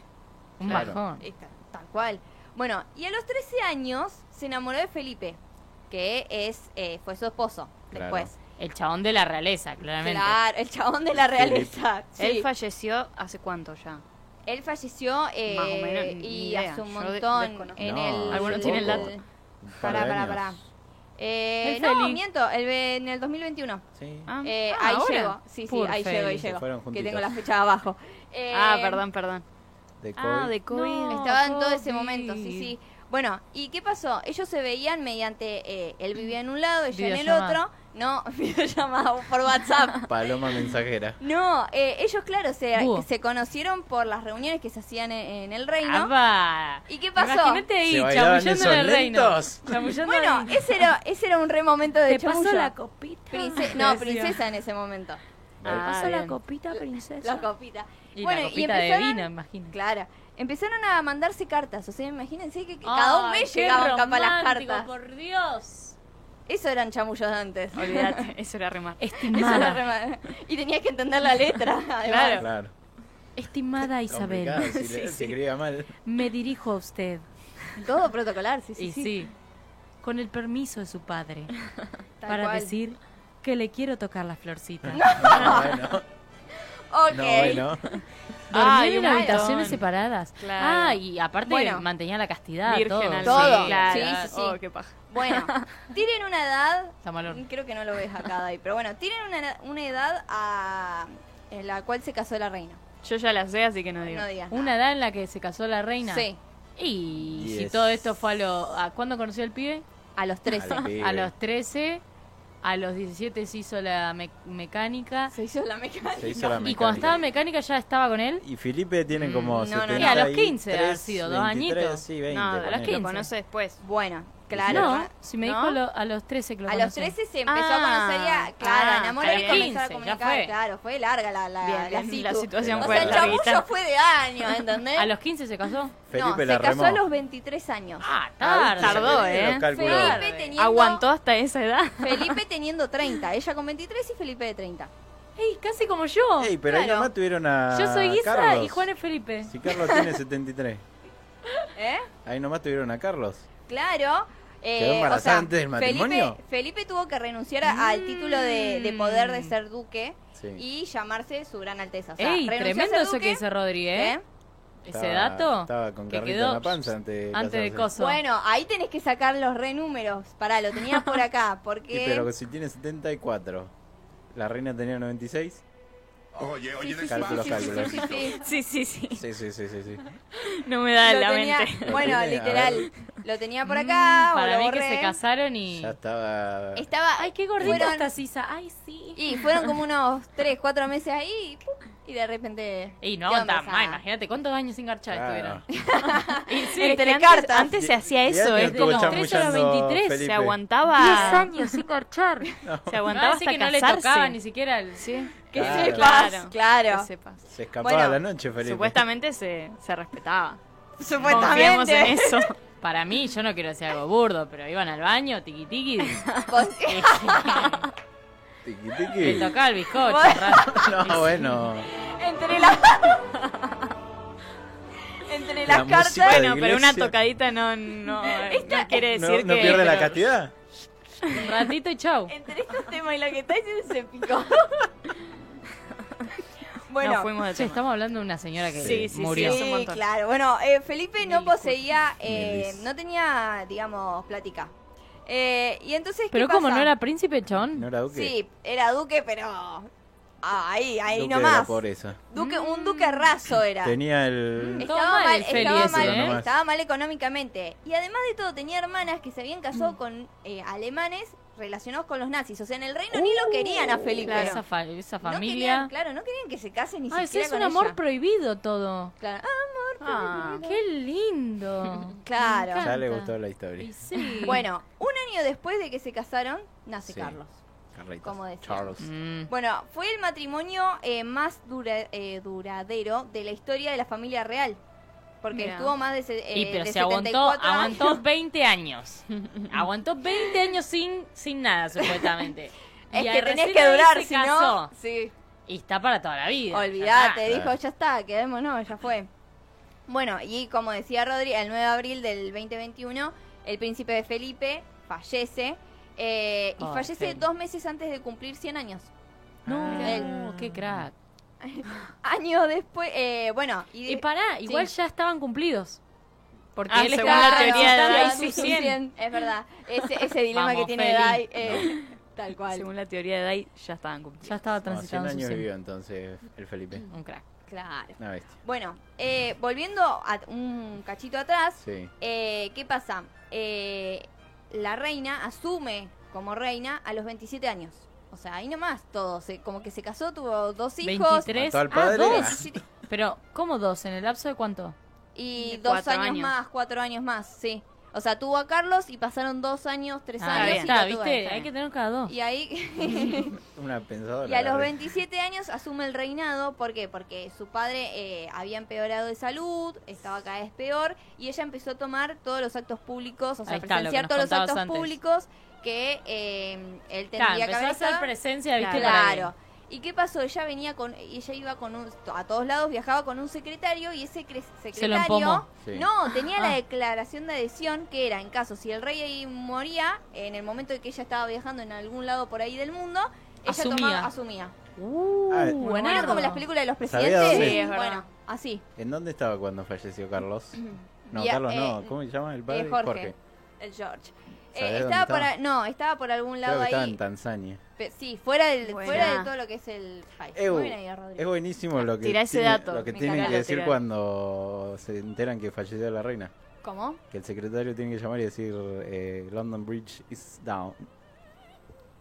Speaker 2: Un
Speaker 3: Claro.
Speaker 2: bajón.
Speaker 4: Eh, ta- Tal cual. Bueno, y a los 13 años se enamoró de Felipe, que es eh, fue su esposo
Speaker 3: Claro.
Speaker 4: después.
Speaker 2: El chabón de la realeza, claramente.
Speaker 4: Claro, el chabón de la realeza. Sí.
Speaker 1: Él falleció hace cuánto ya.
Speaker 4: Él falleció eh,
Speaker 1: Más o menos, ni
Speaker 4: y
Speaker 1: idea.
Speaker 4: hace un
Speaker 1: Yo de-
Speaker 4: montón.
Speaker 1: desconozco.
Speaker 4: en
Speaker 3: No,
Speaker 4: el,
Speaker 3: hace
Speaker 2: Algunos tienen
Speaker 3: poco.
Speaker 2: dato.
Speaker 3: Un par
Speaker 4: Pará,
Speaker 3: de
Speaker 4: pará,
Speaker 3: años.
Speaker 4: pará. Eh,
Speaker 2: El
Speaker 4: no,
Speaker 2: Feli.
Speaker 4: miento, el ve- en el 2021.
Speaker 3: Sí.
Speaker 1: Ah,
Speaker 4: Eh,
Speaker 2: Ah,
Speaker 4: ahí
Speaker 2: ahora.
Speaker 4: llego. Sí, sí,
Speaker 2: Poor
Speaker 4: ahí
Speaker 2: Feli.
Speaker 4: llego, ahí
Speaker 3: Se
Speaker 4: llego.
Speaker 3: fueron
Speaker 4: Que
Speaker 3: juntitos.
Speaker 4: tengo la fecha abajo. Eh,
Speaker 1: Ah, perdón, perdón.
Speaker 3: De
Speaker 1: Ah,
Speaker 3: COVID.
Speaker 1: de COVID.
Speaker 2: No.
Speaker 4: Estaba en todo ese
Speaker 2: COVID.
Speaker 4: momento, sí, sí. Bueno, ¿y qué pasó? Ellos se veían mediante, eh, él vivía en un lado, ella en el
Speaker 2: Videollamada.
Speaker 4: otro, no, (laughs) videollamada por
Speaker 2: (laughs)
Speaker 4: WhatsApp.
Speaker 3: Paloma mensajera.
Speaker 4: No, eh, ellos, claro, se,
Speaker 2: Búho.
Speaker 4: se conocieron por las reuniones que se hacían en, en el reino.
Speaker 2: ¡Apa!
Speaker 4: ¿Y qué pasó?
Speaker 2: Imagínate
Speaker 3: ¿Se
Speaker 2: ahí,
Speaker 3: bailaban
Speaker 2: chamullando en el
Speaker 3: esos
Speaker 2: reino.
Speaker 3: lentos?
Speaker 2: Chamullando
Speaker 4: Bueno,
Speaker 2: ahí. (laughs)
Speaker 4: ese era, ese era un re momento de
Speaker 2: Te pasó
Speaker 4: chamullo.
Speaker 2: la copita. (laughs)
Speaker 4: Prince- no,
Speaker 2: Decía.
Speaker 4: princesa en ese momento.
Speaker 1: Ah,
Speaker 2: Pasó la
Speaker 1: bien.
Speaker 2: copita, princesa.
Speaker 4: La copita.
Speaker 2: Y
Speaker 4: bueno,
Speaker 2: la
Speaker 4: y
Speaker 2: copita de
Speaker 4: empezaron,
Speaker 2: vino, imagino.
Speaker 4: claro, empezaron a mandarse cartas. O sea, imagínense que, que
Speaker 2: Ay,
Speaker 4: cada un mes
Speaker 2: qué
Speaker 4: llegaban capa las
Speaker 2: romántico,
Speaker 4: cartas.
Speaker 2: por Dios.
Speaker 4: Eso eran chamullos de antes.
Speaker 1: (laughs) Olvídate, eso era remar.
Speaker 4: (laughs) Eso era
Speaker 2: Estimada,
Speaker 4: re mal. Y tenías que entender la letra, (laughs) además.
Speaker 3: Claro.
Speaker 2: estimada (laughs)
Speaker 3: Complicado,
Speaker 2: Isabel,
Speaker 3: Si, le- si escribía mal.
Speaker 2: me dirijo a usted.
Speaker 4: Todo protocolar, sí, sí.
Speaker 2: y
Speaker 4: sí.
Speaker 2: sí, con el permiso de su padre,
Speaker 4: Tal
Speaker 2: para
Speaker 4: cual.
Speaker 2: decir que le quiero tocar la florcita.
Speaker 3: No, bueno.
Speaker 4: Ok.
Speaker 3: No, bueno.
Speaker 1: Ah,
Speaker 2: Dormían
Speaker 1: y
Speaker 2: en
Speaker 1: un
Speaker 2: habitaciones
Speaker 1: montón.
Speaker 2: separadas.
Speaker 1: Claro.
Speaker 2: Ah, y aparte
Speaker 4: Bueno.
Speaker 2: mantenía la castidad, todo.
Speaker 1: Virgen al
Speaker 4: Todo.
Speaker 1: sí, claro.
Speaker 4: Sí, sí, sí.
Speaker 1: Oh, qué paja.
Speaker 4: Bueno,
Speaker 2: (laughs)
Speaker 4: tienen una edad.
Speaker 2: Está mal horno.
Speaker 4: Creo que no lo ves acá, Dai, pero bueno, tienen una, ed- una edad a, en la cual se casó la reina.
Speaker 1: Yo ya la sé, así que no digo.
Speaker 4: No digas.
Speaker 2: Una edad en la que se casó la reina.
Speaker 4: Sí,
Speaker 2: Y si
Speaker 3: Yes.
Speaker 2: todo esto fue a lo... ¿A cuándo conoció al pibe?
Speaker 4: a los 13.
Speaker 3: Al pibe.
Speaker 2: A los 13. A los 17 se hizo la me- mecánica.
Speaker 4: (laughs) Se hizo la mecánica.
Speaker 3: Se hizo la
Speaker 2: Y cuando
Speaker 3: mecánica.
Speaker 2: estaba Mm, en mecánica ya estaba con él.
Speaker 3: Y Felipe tiene como
Speaker 4: no, no, no.
Speaker 3: 73,
Speaker 4: Y
Speaker 2: a los 15 debe haber sido, dos
Speaker 3: 23,
Speaker 2: añitos.
Speaker 3: Sí, 20,
Speaker 1: No, de los 15.
Speaker 3: ponele.
Speaker 1: Lo
Speaker 2: 15.
Speaker 1: conoce después.
Speaker 4: Bueno, claro.
Speaker 2: no, si me
Speaker 1: ¿no?
Speaker 2: dijo lo- a los 13 que lo
Speaker 4: A los
Speaker 2: conoció.
Speaker 4: 13 se empezó
Speaker 1: Ah,
Speaker 4: a conocer y a, claro, a
Speaker 1: ah,
Speaker 4: enamorar y
Speaker 1: está bien.
Speaker 4: comenzar a
Speaker 2: 15, ya
Speaker 4: comunicar.
Speaker 2: fue.
Speaker 4: Claro, fue larga la, la,
Speaker 1: Bien,
Speaker 4: la
Speaker 1: bien,
Speaker 4: Ah, situ.
Speaker 1: la situación
Speaker 3: O
Speaker 4: O
Speaker 1: fue
Speaker 4: sea, el
Speaker 3: Bueno,
Speaker 1: larguita.
Speaker 3: larguita.
Speaker 4: chamullo fue de años, ¿entendés?
Speaker 2: ¿A los 15 se
Speaker 4: (laughs)
Speaker 2: casó?
Speaker 3: Felipe
Speaker 4: no, se
Speaker 3: la remó.
Speaker 4: casó a los 23 años.
Speaker 2: Ah,
Speaker 3: Ah,
Speaker 2: tarde.
Speaker 3: viste,
Speaker 1: Tardó,
Speaker 3: Felipe
Speaker 1: ¿eh?
Speaker 3: los calculó.
Speaker 4: Felipe teniendo,
Speaker 1: Aguantó hasta esa edad.
Speaker 4: Felipe teniendo 30, ella con 23 y Felipe de 30.
Speaker 2: Ey, casi como yo.
Speaker 3: Ey, pero ahí
Speaker 4: Claro.
Speaker 3: nomás tuvieron a
Speaker 2: yo soy Guisa
Speaker 3: Carlos.
Speaker 2: y Juan es Felipe.
Speaker 3: Si Carlos tiene 73.
Speaker 4: ¿Eh?
Speaker 3: Ahí nomás tuvieron a Carlos.
Speaker 4: Claro. eh,
Speaker 3: ¿Quedó embarazada
Speaker 4: o sea,
Speaker 3: antes del
Speaker 4: Felipe-
Speaker 3: matrimonio?
Speaker 4: Felipe, tuvo que renunciar a- al título de, de poder de ser duque
Speaker 3: Sí.
Speaker 4: y llamarse su gran alteza. O sea,
Speaker 2: Mm. Ey,
Speaker 4: renunció a
Speaker 2: tremendo
Speaker 4: ser
Speaker 2: eso
Speaker 4: duque,
Speaker 2: que hizo Rodríguez.
Speaker 4: ¿eh?
Speaker 2: Ese
Speaker 3: Estaba-
Speaker 2: dato.
Speaker 3: Estaba con
Speaker 2: que
Speaker 3: Carlito
Speaker 2: quedó
Speaker 3: en la panza antes de
Speaker 2: antes de
Speaker 3: casarse.
Speaker 2: coso.
Speaker 4: Bueno, ahí tenés que sacar los renúmeros. Pará, lo
Speaker 3: (laughs)
Speaker 4: tenías por acá, porque...
Speaker 3: Y pero si tiene 74, la reina tenía
Speaker 2: (laughs)
Speaker 3: 96.
Speaker 6: Oye,
Speaker 4: Sí, sí, sí,
Speaker 3: Cálculo,
Speaker 4: sí, sí, sí,
Speaker 3: cálculo.
Speaker 4: sí, sí.
Speaker 1: Sí, sí, sí.
Speaker 3: Sí, sí, sí, sí, sí.
Speaker 1: No me da
Speaker 4: Lo
Speaker 1: la
Speaker 4: tenía-
Speaker 1: mente.
Speaker 3: Lo
Speaker 4: Bueno,
Speaker 3: tiene, a
Speaker 4: literal,
Speaker 3: ver.
Speaker 4: lo tenía por acá,
Speaker 2: Mm,
Speaker 4: o
Speaker 2: Para
Speaker 4: lo
Speaker 2: mí que
Speaker 4: borré.
Speaker 2: se casaron y. este
Speaker 3: Ya estaba.
Speaker 4: Estaba...
Speaker 2: Ay, qué gordita
Speaker 4: fueron-
Speaker 2: está Sisa. Ay, sí.
Speaker 4: Y fueron como unos 3, 4 meses ahí y, pum, y de repente.
Speaker 2: Y no
Speaker 4: quedó
Speaker 2: aguanta
Speaker 4: embarazada.
Speaker 2: más. Imagínate cuántos años sin garchar
Speaker 3: Claro.
Speaker 2: estuvieron.
Speaker 1: Y sí,
Speaker 4: Entre
Speaker 1: es que antes,
Speaker 4: cartas.
Speaker 1: antes se hacía
Speaker 3: Diez
Speaker 1: eso,
Speaker 3: años
Speaker 1: es de
Speaker 3: estuvo
Speaker 2: los
Speaker 1: no,
Speaker 2: 13 a los
Speaker 3: chamullando
Speaker 2: 23,
Speaker 1: se
Speaker 3: Felipe.
Speaker 1: aguantaba.
Speaker 5: 10 años sin garchar.
Speaker 1: (laughs) Se
Speaker 2: No,
Speaker 1: aguantaba
Speaker 2: así
Speaker 1: hasta
Speaker 2: que no
Speaker 1: casarse.
Speaker 2: le tocaba ni siquiera el.
Speaker 1: Sí.
Speaker 4: Que
Speaker 3: Claro.
Speaker 4: sepas,
Speaker 1: Claro.
Speaker 4: claro.
Speaker 1: Que sepas.
Speaker 3: Se escapaba
Speaker 4: Bueno,
Speaker 3: la noche, Felipe.
Speaker 1: Supuestamente se, se respetaba.
Speaker 4: (laughs)
Speaker 1: Confiamos en
Speaker 4: Supuestamente.
Speaker 1: eso.
Speaker 2: Para mí, yo no quiero hacer algo burdo, pero iban al baño, tiqui
Speaker 4: (laughs)
Speaker 2: tiqui.
Speaker 4: Vos-
Speaker 3: Tiqui,
Speaker 2: Le
Speaker 3: tiqui.
Speaker 2: tocaba el bizcocho.
Speaker 4: Bueno.
Speaker 2: raro.
Speaker 3: (laughs) No, bueno.
Speaker 2: (laughs)
Speaker 4: entre las. entre
Speaker 3: La
Speaker 4: las
Speaker 3: música
Speaker 4: cartas.
Speaker 1: Bueno, pero una
Speaker 3: iglesia.
Speaker 1: tocadita no, no, no quiere
Speaker 3: No,
Speaker 1: decir
Speaker 3: no
Speaker 1: que.
Speaker 3: pierde la
Speaker 1: pero-
Speaker 3: castidad.
Speaker 2: Un ratito y chau.
Speaker 4: Entre estos temas y la que está diciendo
Speaker 2: (laughs)
Speaker 4: se picó. bueno.
Speaker 1: Nos fuimos de
Speaker 2: Che,
Speaker 1: tema.
Speaker 2: estamos hablando de una señora que
Speaker 1: Sí, sí, sí,
Speaker 2: murió.
Speaker 1: es un
Speaker 4: Sí,
Speaker 1: montón.
Speaker 4: claro. Bueno, eh, Felipe no
Speaker 1: Mil
Speaker 4: poseía, eh,
Speaker 3: Milis.
Speaker 4: no tenía, digamos, plática. Eh, y entonces, ¿qué
Speaker 2: Pero como
Speaker 4: pasa?
Speaker 2: no era príncipe, chabón.
Speaker 3: No era Duque.
Speaker 4: Sí, era duque, pero ah, ahí, ahí
Speaker 3: Duque de la
Speaker 4: nomás.
Speaker 3: pobreza.
Speaker 4: Duque, un duque raso era.
Speaker 3: Tenía el.
Speaker 4: Estaba
Speaker 2: Todo
Speaker 4: mal,
Speaker 2: mal Mm. el Feli
Speaker 4: estaba,
Speaker 2: ese,
Speaker 4: mal
Speaker 3: ¿eh?
Speaker 2: Mm.
Speaker 4: estaba mal económicamente. Y además de todo, tenía hermanas que se habían casado con eh, alemanes relacionados con los nazis. O sea, en el reino ni lo querían a Felipe.
Speaker 2: Uh, Claro, esa, fa- esa
Speaker 4: No
Speaker 2: familia.
Speaker 4: querían, claro, no querían que se case ni
Speaker 2: Ah, ese
Speaker 4: siquiera
Speaker 2: es
Speaker 4: con
Speaker 2: un amor
Speaker 4: ella.
Speaker 2: prohibido todo.
Speaker 4: Claro. Ah, amor.
Speaker 1: Ah.
Speaker 2: Qué
Speaker 4: (laughs)
Speaker 2: lindo.
Speaker 4: Claro.
Speaker 2: Me
Speaker 3: Ya le
Speaker 2: encanta.
Speaker 3: gustó la historia.
Speaker 2: Y sí.
Speaker 4: Bueno, un año después de que se casaron, nace
Speaker 3: Sí.
Speaker 4: Carlos.
Speaker 3: Carlitos.
Speaker 4: como decía.
Speaker 3: Charles.
Speaker 5: Mm.
Speaker 4: Bueno, fue el matrimonio eh, más dura- eh, duradero de la historia de la familia real. Porque
Speaker 1: Mirá.
Speaker 4: estuvo más de, se- eh,
Speaker 2: y pero
Speaker 4: de
Speaker 2: se aguantó,
Speaker 4: 74 años.
Speaker 2: aguantó 20 años. Aguantó 20 años sin, sin nada, supuestamente.
Speaker 4: (laughs) (laughs) Es
Speaker 2: Y
Speaker 4: que tenés
Speaker 2: recién
Speaker 4: que
Speaker 2: ahí
Speaker 4: durar,
Speaker 2: se
Speaker 4: si
Speaker 2: casó.
Speaker 4: no. Sí.
Speaker 2: Y está para toda la vida.
Speaker 4: Olvídate,
Speaker 3: Ya
Speaker 4: dijo,
Speaker 3: está.
Speaker 4: ya está, quedémonos, ya fue. Bueno, y como decía Rodri, el 9 de abril del 2021, el príncipe de Felipe fallece. eh, y
Speaker 2: Ay,
Speaker 4: fallece
Speaker 2: Felipe.
Speaker 4: dos meses antes de cumplir 100 años. (laughs) Ah.
Speaker 2: Ya. No,
Speaker 4: Él.
Speaker 2: qué crack.
Speaker 4: Años después, eh, bueno, y, de-
Speaker 2: Y pará, igual ya estaban cumplidos. Porque
Speaker 5: Ah,
Speaker 2: él
Speaker 5: según
Speaker 2: estaba
Speaker 5: la teoría de
Speaker 2: conquistando
Speaker 5: Dai,
Speaker 2: a
Speaker 4: Claro,
Speaker 2: sus
Speaker 5: sí,
Speaker 2: 100.
Speaker 4: 100, Es verdad, ese, ese dilema
Speaker 2: Vamos,
Speaker 4: que tiene
Speaker 2: Feli.
Speaker 4: Dai. eh, Tal cual.
Speaker 1: Según la teoría de Dai, ya estaban cumplidos.
Speaker 2: Ya estaba
Speaker 3: No, 100
Speaker 2: transitando sus
Speaker 3: años
Speaker 2: 100.
Speaker 3: vivió entonces el Felipe.
Speaker 2: Un crack.
Speaker 4: Claro.
Speaker 3: Una bestia.
Speaker 4: Bueno, eh, volviendo a un cachito atrás,
Speaker 3: Sí.
Speaker 4: eh, ¿qué pasa? Eh, la reina asume como reina a los 27 años. O sea, ahí nomás todo. se- como que se casó, tuvo dos hijos.
Speaker 2: 23.
Speaker 3: Mató al
Speaker 2: Ah,
Speaker 3: padre.
Speaker 2: dos. Pero, ¿cómo dos? ¿En el lapso de cuánto?
Speaker 4: Y
Speaker 1: De
Speaker 4: dos
Speaker 1: cuatro
Speaker 4: años,
Speaker 1: años.
Speaker 4: más, cuatro años más, sí. O sea, tuvo a Carlos y pasaron dos años, tres
Speaker 2: Ah,
Speaker 4: años.
Speaker 2: ahí
Speaker 4: y
Speaker 2: está,
Speaker 4: lo tuvo
Speaker 2: ¿viste?
Speaker 4: a él.
Speaker 2: Hay que tener cada dos.
Speaker 4: Y ahí.
Speaker 3: Una pensadora.
Speaker 4: Y a
Speaker 3: la
Speaker 4: los
Speaker 3: verdad.
Speaker 4: 27 años asume el reinado, ¿por qué? Porque su padre eh, había empeorado de salud, estaba cada vez peor, y ella empezó a tomar todos los actos públicos, o sea,
Speaker 2: Ahí está, lo que
Speaker 4: presenciar
Speaker 2: nos
Speaker 4: todos los
Speaker 2: contabas
Speaker 4: actos
Speaker 2: antes.
Speaker 4: públicos que eh, él
Speaker 2: Claro,
Speaker 4: tendría
Speaker 2: empezó
Speaker 4: que haber
Speaker 2: a hacer
Speaker 4: estado.
Speaker 2: presencia, ¿viste? Para
Speaker 4: Claro. ¿Y qué pasó? Ella venía con, ella iba con un, a todos lados, viajaba con un secretario y ese cre-
Speaker 2: lo
Speaker 4: secretario
Speaker 2: empomó.
Speaker 3: Sí.
Speaker 4: no tenía
Speaker 2: Ah.
Speaker 4: la declaración de adhesión que era en caso si el rey ahí moría en el momento de que ella estaba viajando en algún lado por ahí del mundo, ella
Speaker 2: Asumía.
Speaker 4: tomaba, asumía.
Speaker 2: Uh,
Speaker 3: Ah,
Speaker 2: buenardo.
Speaker 4: Bueno, era como las películas de los
Speaker 3: ¿Sabía
Speaker 4: presidentes.
Speaker 3: dónde?
Speaker 1: Sí, es verdad.
Speaker 4: Bueno, así.
Speaker 3: ¿En dónde estaba cuando falleció Carlos? No,
Speaker 4: Y a-
Speaker 3: Carlos no.
Speaker 4: eh,
Speaker 3: ¿Cómo se llama el padre?
Speaker 4: Jorge. El George. Eh,
Speaker 3: ¿Sabés dónde
Speaker 4: estaba por
Speaker 3: estaba?
Speaker 4: a- no, estaba por algún
Speaker 3: Creo
Speaker 4: lado
Speaker 3: que estaba en
Speaker 4: ahí.
Speaker 3: Tanzania.
Speaker 4: Pe- Sí, fuera del
Speaker 1: Buena.
Speaker 4: fuera de todo lo que es el país.
Speaker 3: Ew.
Speaker 4: Muy bien ahí, Rodrigo.
Speaker 3: Es buenísimo lo que
Speaker 1: Tirá ese
Speaker 3: tiene-
Speaker 1: dato,
Speaker 3: lo que
Speaker 1: me
Speaker 3: tienen
Speaker 1: encanta.
Speaker 3: que decir
Speaker 1: Tirá.
Speaker 3: cuando se enteran que falleció la reina.
Speaker 4: ¿Cómo?
Speaker 3: Que el secretario tiene que llamar y decir eh, London Bridge is down.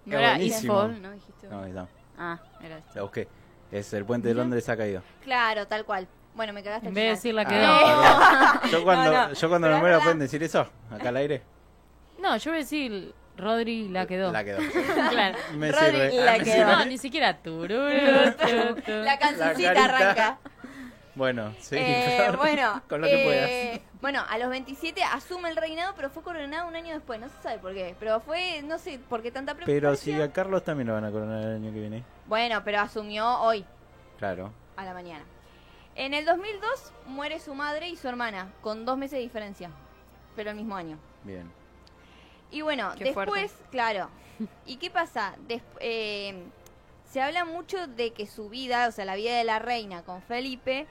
Speaker 1: ¿No era
Speaker 3: buenísimo.
Speaker 1: Eastfall? ¿No dijiste?
Speaker 3: No, es down.
Speaker 1: Ah, era esto.
Speaker 3: La busqué. Es el puente de Londres ha caído.
Speaker 4: Claro, tal cual. Bueno, me cagaste
Speaker 2: En
Speaker 4: el
Speaker 2: vez de
Speaker 4: final.
Speaker 2: decir la que
Speaker 3: Ah,
Speaker 2: no.
Speaker 3: perdón. Yo cuando,
Speaker 4: (laughs) No, no.
Speaker 3: Yo cuando
Speaker 4: Pero
Speaker 3: me
Speaker 4: es
Speaker 3: muera
Speaker 4: verdad.
Speaker 3: pueden decir eso, acá al aire.
Speaker 2: No, yo voy a decir Rodri la quedó.
Speaker 3: La
Speaker 4: (laughs)
Speaker 3: quedó.
Speaker 2: (laughs) Claro.
Speaker 3: Me
Speaker 4: Rodri,
Speaker 3: sirve.
Speaker 4: la
Speaker 3: Ah, me
Speaker 4: quedó.
Speaker 3: sirve.
Speaker 2: No, ni siquiera tururú,
Speaker 4: (laughs)
Speaker 2: tu, tu.
Speaker 4: La cancioncita
Speaker 3: La carita.
Speaker 4: arranca.
Speaker 3: Bueno, sí. (laughs)
Speaker 4: Eh,
Speaker 3: claro.
Speaker 4: bueno,
Speaker 3: Con lo que
Speaker 4: eh,
Speaker 3: puedas.
Speaker 4: bueno, a los 27 asume el reinado, pero fue coronado un año después. No se sabe por qué. Pero fue, no sé, por qué tanta
Speaker 3: Pero
Speaker 4: preparación.
Speaker 3: si a Carlos también lo van a coronar el año que viene.
Speaker 4: Bueno, pero asumió hoy.
Speaker 3: Claro.
Speaker 4: a la mañana. En el 2002 muere su madre y su hermana, con dos meses de diferencia, pero el mismo año.
Speaker 3: Bien.
Speaker 4: Y bueno,
Speaker 1: Qué
Speaker 4: después,
Speaker 1: fuerte.
Speaker 4: claro. (laughs) ¿Y qué pasa? Des- eh, se habla mucho de que su vida, o sea, la vida de la reina con Felipe,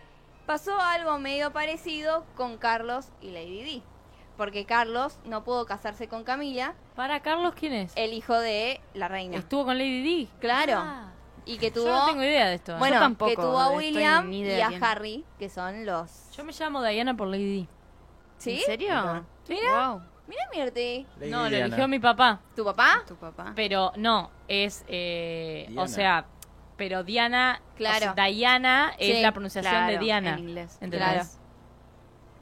Speaker 4: pasó algo medio parecido con Carlos y Lady Di. Porque Carlos no pudo casarse con Camila,
Speaker 2: Para Carlos, ¿quién es?
Speaker 4: el hijo de la reina.
Speaker 2: Estuvo con Lady D.
Speaker 4: Claro.
Speaker 2: Ah,
Speaker 4: Y que tuvo,
Speaker 2: Yo no tengo idea de esto. ¿eh?
Speaker 4: bueno,
Speaker 1: Yo tampoco,
Speaker 4: que tuvo a
Speaker 1: estoy
Speaker 4: William
Speaker 1: ni
Speaker 4: y
Speaker 1: idea
Speaker 4: a
Speaker 1: quién.
Speaker 4: Harry, que son los...
Speaker 2: Yo me llamo Diana por Lady
Speaker 4: ¿Sí?
Speaker 1: ¿En serio? Mira.
Speaker 4: Mira, Mirti.
Speaker 2: D.
Speaker 3: Lady
Speaker 2: No, lo
Speaker 3: Diana.
Speaker 2: eligió mi papá.
Speaker 4: ¿Tu papá?
Speaker 1: Tu papá.
Speaker 2: Pero no, es. eh, o
Speaker 3: Diana.
Speaker 2: sea, pero Diana.
Speaker 4: Claro.
Speaker 2: o sea, Diana es
Speaker 4: Sí,
Speaker 2: la pronunciación de
Speaker 1: Claro,
Speaker 2: Diana.
Speaker 1: En inglés.
Speaker 2: ¿Entendés?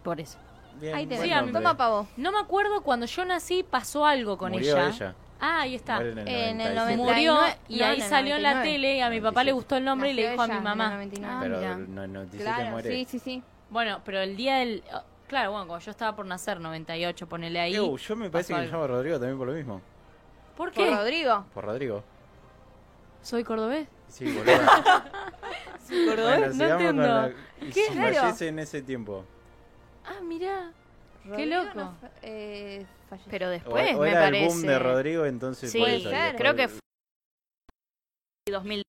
Speaker 2: Por eso.
Speaker 3: Bien,
Speaker 4: Ahí te
Speaker 3: buen
Speaker 2: Sí,
Speaker 4: veo.
Speaker 2: a mí-
Speaker 3: nombre.
Speaker 4: Toma pavo.
Speaker 2: No me acuerdo cuando yo nací pasó algo con
Speaker 3: Murió
Speaker 2: ella.
Speaker 3: ella.
Speaker 2: Ah, ahí está.
Speaker 3: Muere
Speaker 4: En el
Speaker 3: 97.
Speaker 4: noventa
Speaker 2: Murió
Speaker 4: 99,
Speaker 2: y
Speaker 4: no,
Speaker 2: ahí
Speaker 4: en el
Speaker 2: salió en la
Speaker 4: 99.
Speaker 2: tele. A mi papá le
Speaker 3: 97.
Speaker 2: gustó el nombre y le dijo a mi mamá.
Speaker 1: Ah,
Speaker 3: Pero
Speaker 1: mirá.
Speaker 3: no, no dice que
Speaker 4: claro,
Speaker 3: muere.
Speaker 4: sí, sí, sí.
Speaker 2: Bueno, pero el día del. oh, Claro, bueno, cuando yo estaba por nacer, 98, ponele ahí.
Speaker 3: Ew, yo me parece
Speaker 2: pasó
Speaker 3: que me
Speaker 2: algo.
Speaker 3: llamo Rodrigo también por lo mismo.
Speaker 2: ¿Por
Speaker 4: Por
Speaker 2: qué?
Speaker 4: Rodrigo.
Speaker 3: Por Rodrigo.
Speaker 2: ¿Soy cordobés?
Speaker 3: Sí, boludo.
Speaker 2: No entiendo.
Speaker 3: Y
Speaker 2: Qué
Speaker 3: si
Speaker 4: raro.
Speaker 3: fallece en ese tiempo.
Speaker 2: Ah, mirá.
Speaker 4: Rodrigo
Speaker 2: loco.
Speaker 4: no fa- eh, falleció.
Speaker 1: Pero
Speaker 3: O,
Speaker 1: después,
Speaker 3: o
Speaker 1: Pues, me
Speaker 3: era
Speaker 1: parece.
Speaker 3: el boom de Rodrigo, entonces
Speaker 1: Sí,
Speaker 3: por eso,
Speaker 4: Puede
Speaker 3: y
Speaker 4: ser.
Speaker 1: creo que
Speaker 3: después-
Speaker 1: fue 2000.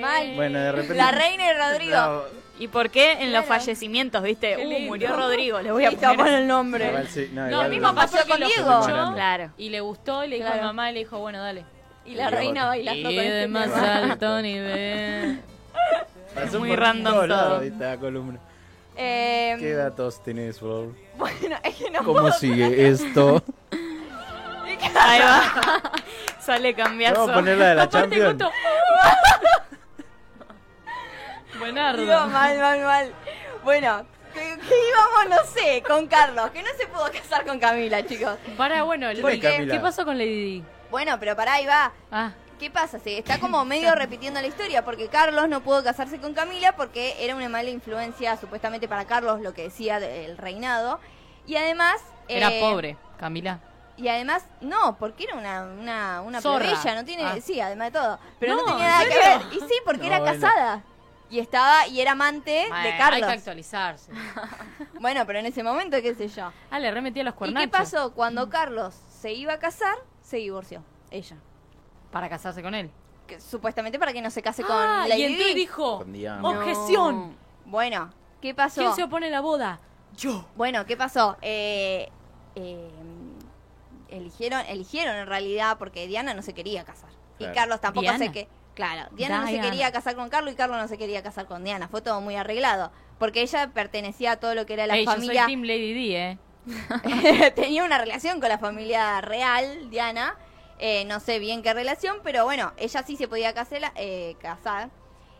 Speaker 4: Mal.
Speaker 3: Bueno, eh. de repente...
Speaker 4: La reina y Rodrigo.
Speaker 3: No,
Speaker 1: ¿Y por qué en los
Speaker 4: Claro.
Speaker 1: fallecimientos, viste?
Speaker 2: Qué
Speaker 1: Uh,
Speaker 2: lindo.
Speaker 1: murió Rodrigo, le voy a
Speaker 4: Sí,
Speaker 1: poner.
Speaker 4: tapón
Speaker 1: el nombre.
Speaker 3: igual sí, no,
Speaker 2: No,
Speaker 3: igual-
Speaker 2: mi papá
Speaker 4: pasó
Speaker 2: fue
Speaker 4: con
Speaker 2: quien lo
Speaker 4: Diego.
Speaker 2: escuchó
Speaker 1: Claro.
Speaker 2: (laughs) y le gustó y le dijo
Speaker 4: Claro.
Speaker 2: a mi mamá y le dijo, bueno, dale.
Speaker 4: Y la reina bailando
Speaker 2: y
Speaker 4: con
Speaker 2: de
Speaker 4: este
Speaker 2: más
Speaker 4: tema. (laughs)
Speaker 2: alto nivel.
Speaker 3: Pasó
Speaker 1: Muy
Speaker 3: por
Speaker 1: random
Speaker 3: todos lados
Speaker 1: todo.
Speaker 3: esta columna.
Speaker 4: Eh, (laughs)
Speaker 3: ¿Qué datos tenés, por favor?
Speaker 4: Bueno, es que no
Speaker 3: ¿Cómo sigue esto?
Speaker 4: puedo-
Speaker 1: Ahí va. (laughs) Sale cambiazo.
Speaker 3: Vamos a poner la de la
Speaker 2: Aparte,
Speaker 3: Champions.
Speaker 2: Coto. Buenardo.
Speaker 4: Digo, mal, mal, mal. Bueno, que, que íbamos, no sé, con Carlos, que no se pudo casar con Camila, chicos.
Speaker 2: Pará, bueno,
Speaker 3: ¿Quién
Speaker 2: ¿por
Speaker 3: es
Speaker 2: qué?
Speaker 3: Camila?
Speaker 2: ¿qué pasó con Lady Di?
Speaker 4: Bueno, pero pará, ahí va.
Speaker 2: Ah,
Speaker 4: ¿Qué pasa? Se está como medio repitiendo la historia, porque Carlos no pudo casarse con Camila porque era una mala influencia, supuestamente para Carlos, lo que decía del reinado. Y además.
Speaker 2: era
Speaker 4: eh,
Speaker 2: pobre, Camila.
Speaker 4: Y además, no, porque era una, una, una
Speaker 2: Zorra.
Speaker 4: plebilla, no tiene.
Speaker 2: Ah.
Speaker 4: Sí, además de todo. Pero no,
Speaker 2: No,
Speaker 4: tenía
Speaker 2: ¿en
Speaker 4: nada que ver.
Speaker 2: serio?
Speaker 4: Y sí, porque
Speaker 3: No,
Speaker 4: era
Speaker 3: bueno.
Speaker 4: casada. Y estaba, y era amante de
Speaker 2: Bueno, Hay que
Speaker 4: Carlos.
Speaker 2: actualizarse.
Speaker 4: Bueno, pero en ese momento, qué sé yo.
Speaker 2: Ah, le remetí a los
Speaker 4: ¿Y
Speaker 2: cuernachos. Mm.
Speaker 4: qué pasó? Cuando Carlos se iba a casar, se divorció. Ella.
Speaker 2: Para casarse con él.
Speaker 4: Que, supuestamente para que no se case
Speaker 2: ah,
Speaker 4: con Lady
Speaker 2: y entró y
Speaker 4: Di.
Speaker 2: dijo,
Speaker 3: Con Diana.
Speaker 2: objeción.
Speaker 4: Bueno, ¿qué pasó?
Speaker 2: ¿Quién se opone a la boda? Yo.
Speaker 4: Bueno, ¿qué pasó? Eh, eh, eligieron, eligieron en realidad porque Diana no se quería casar.
Speaker 3: Claro.
Speaker 4: Y Carlos tampoco
Speaker 2: Diana.
Speaker 4: se que. Claro, Diana no
Speaker 2: Diana.
Speaker 4: se quería casar con Carlos y Carlos no se quería casar con Diana. Fue todo muy arreglado. Porque ella pertenecía a todo lo que era la
Speaker 2: Ey, yo
Speaker 4: familia.
Speaker 2: soy Team Lady Di, ¿eh?
Speaker 4: (laughs) tenía una relación con la familia real, Diana. Eh, no sé bien qué relación, pero bueno, ella sí se podía casela- eh, casar.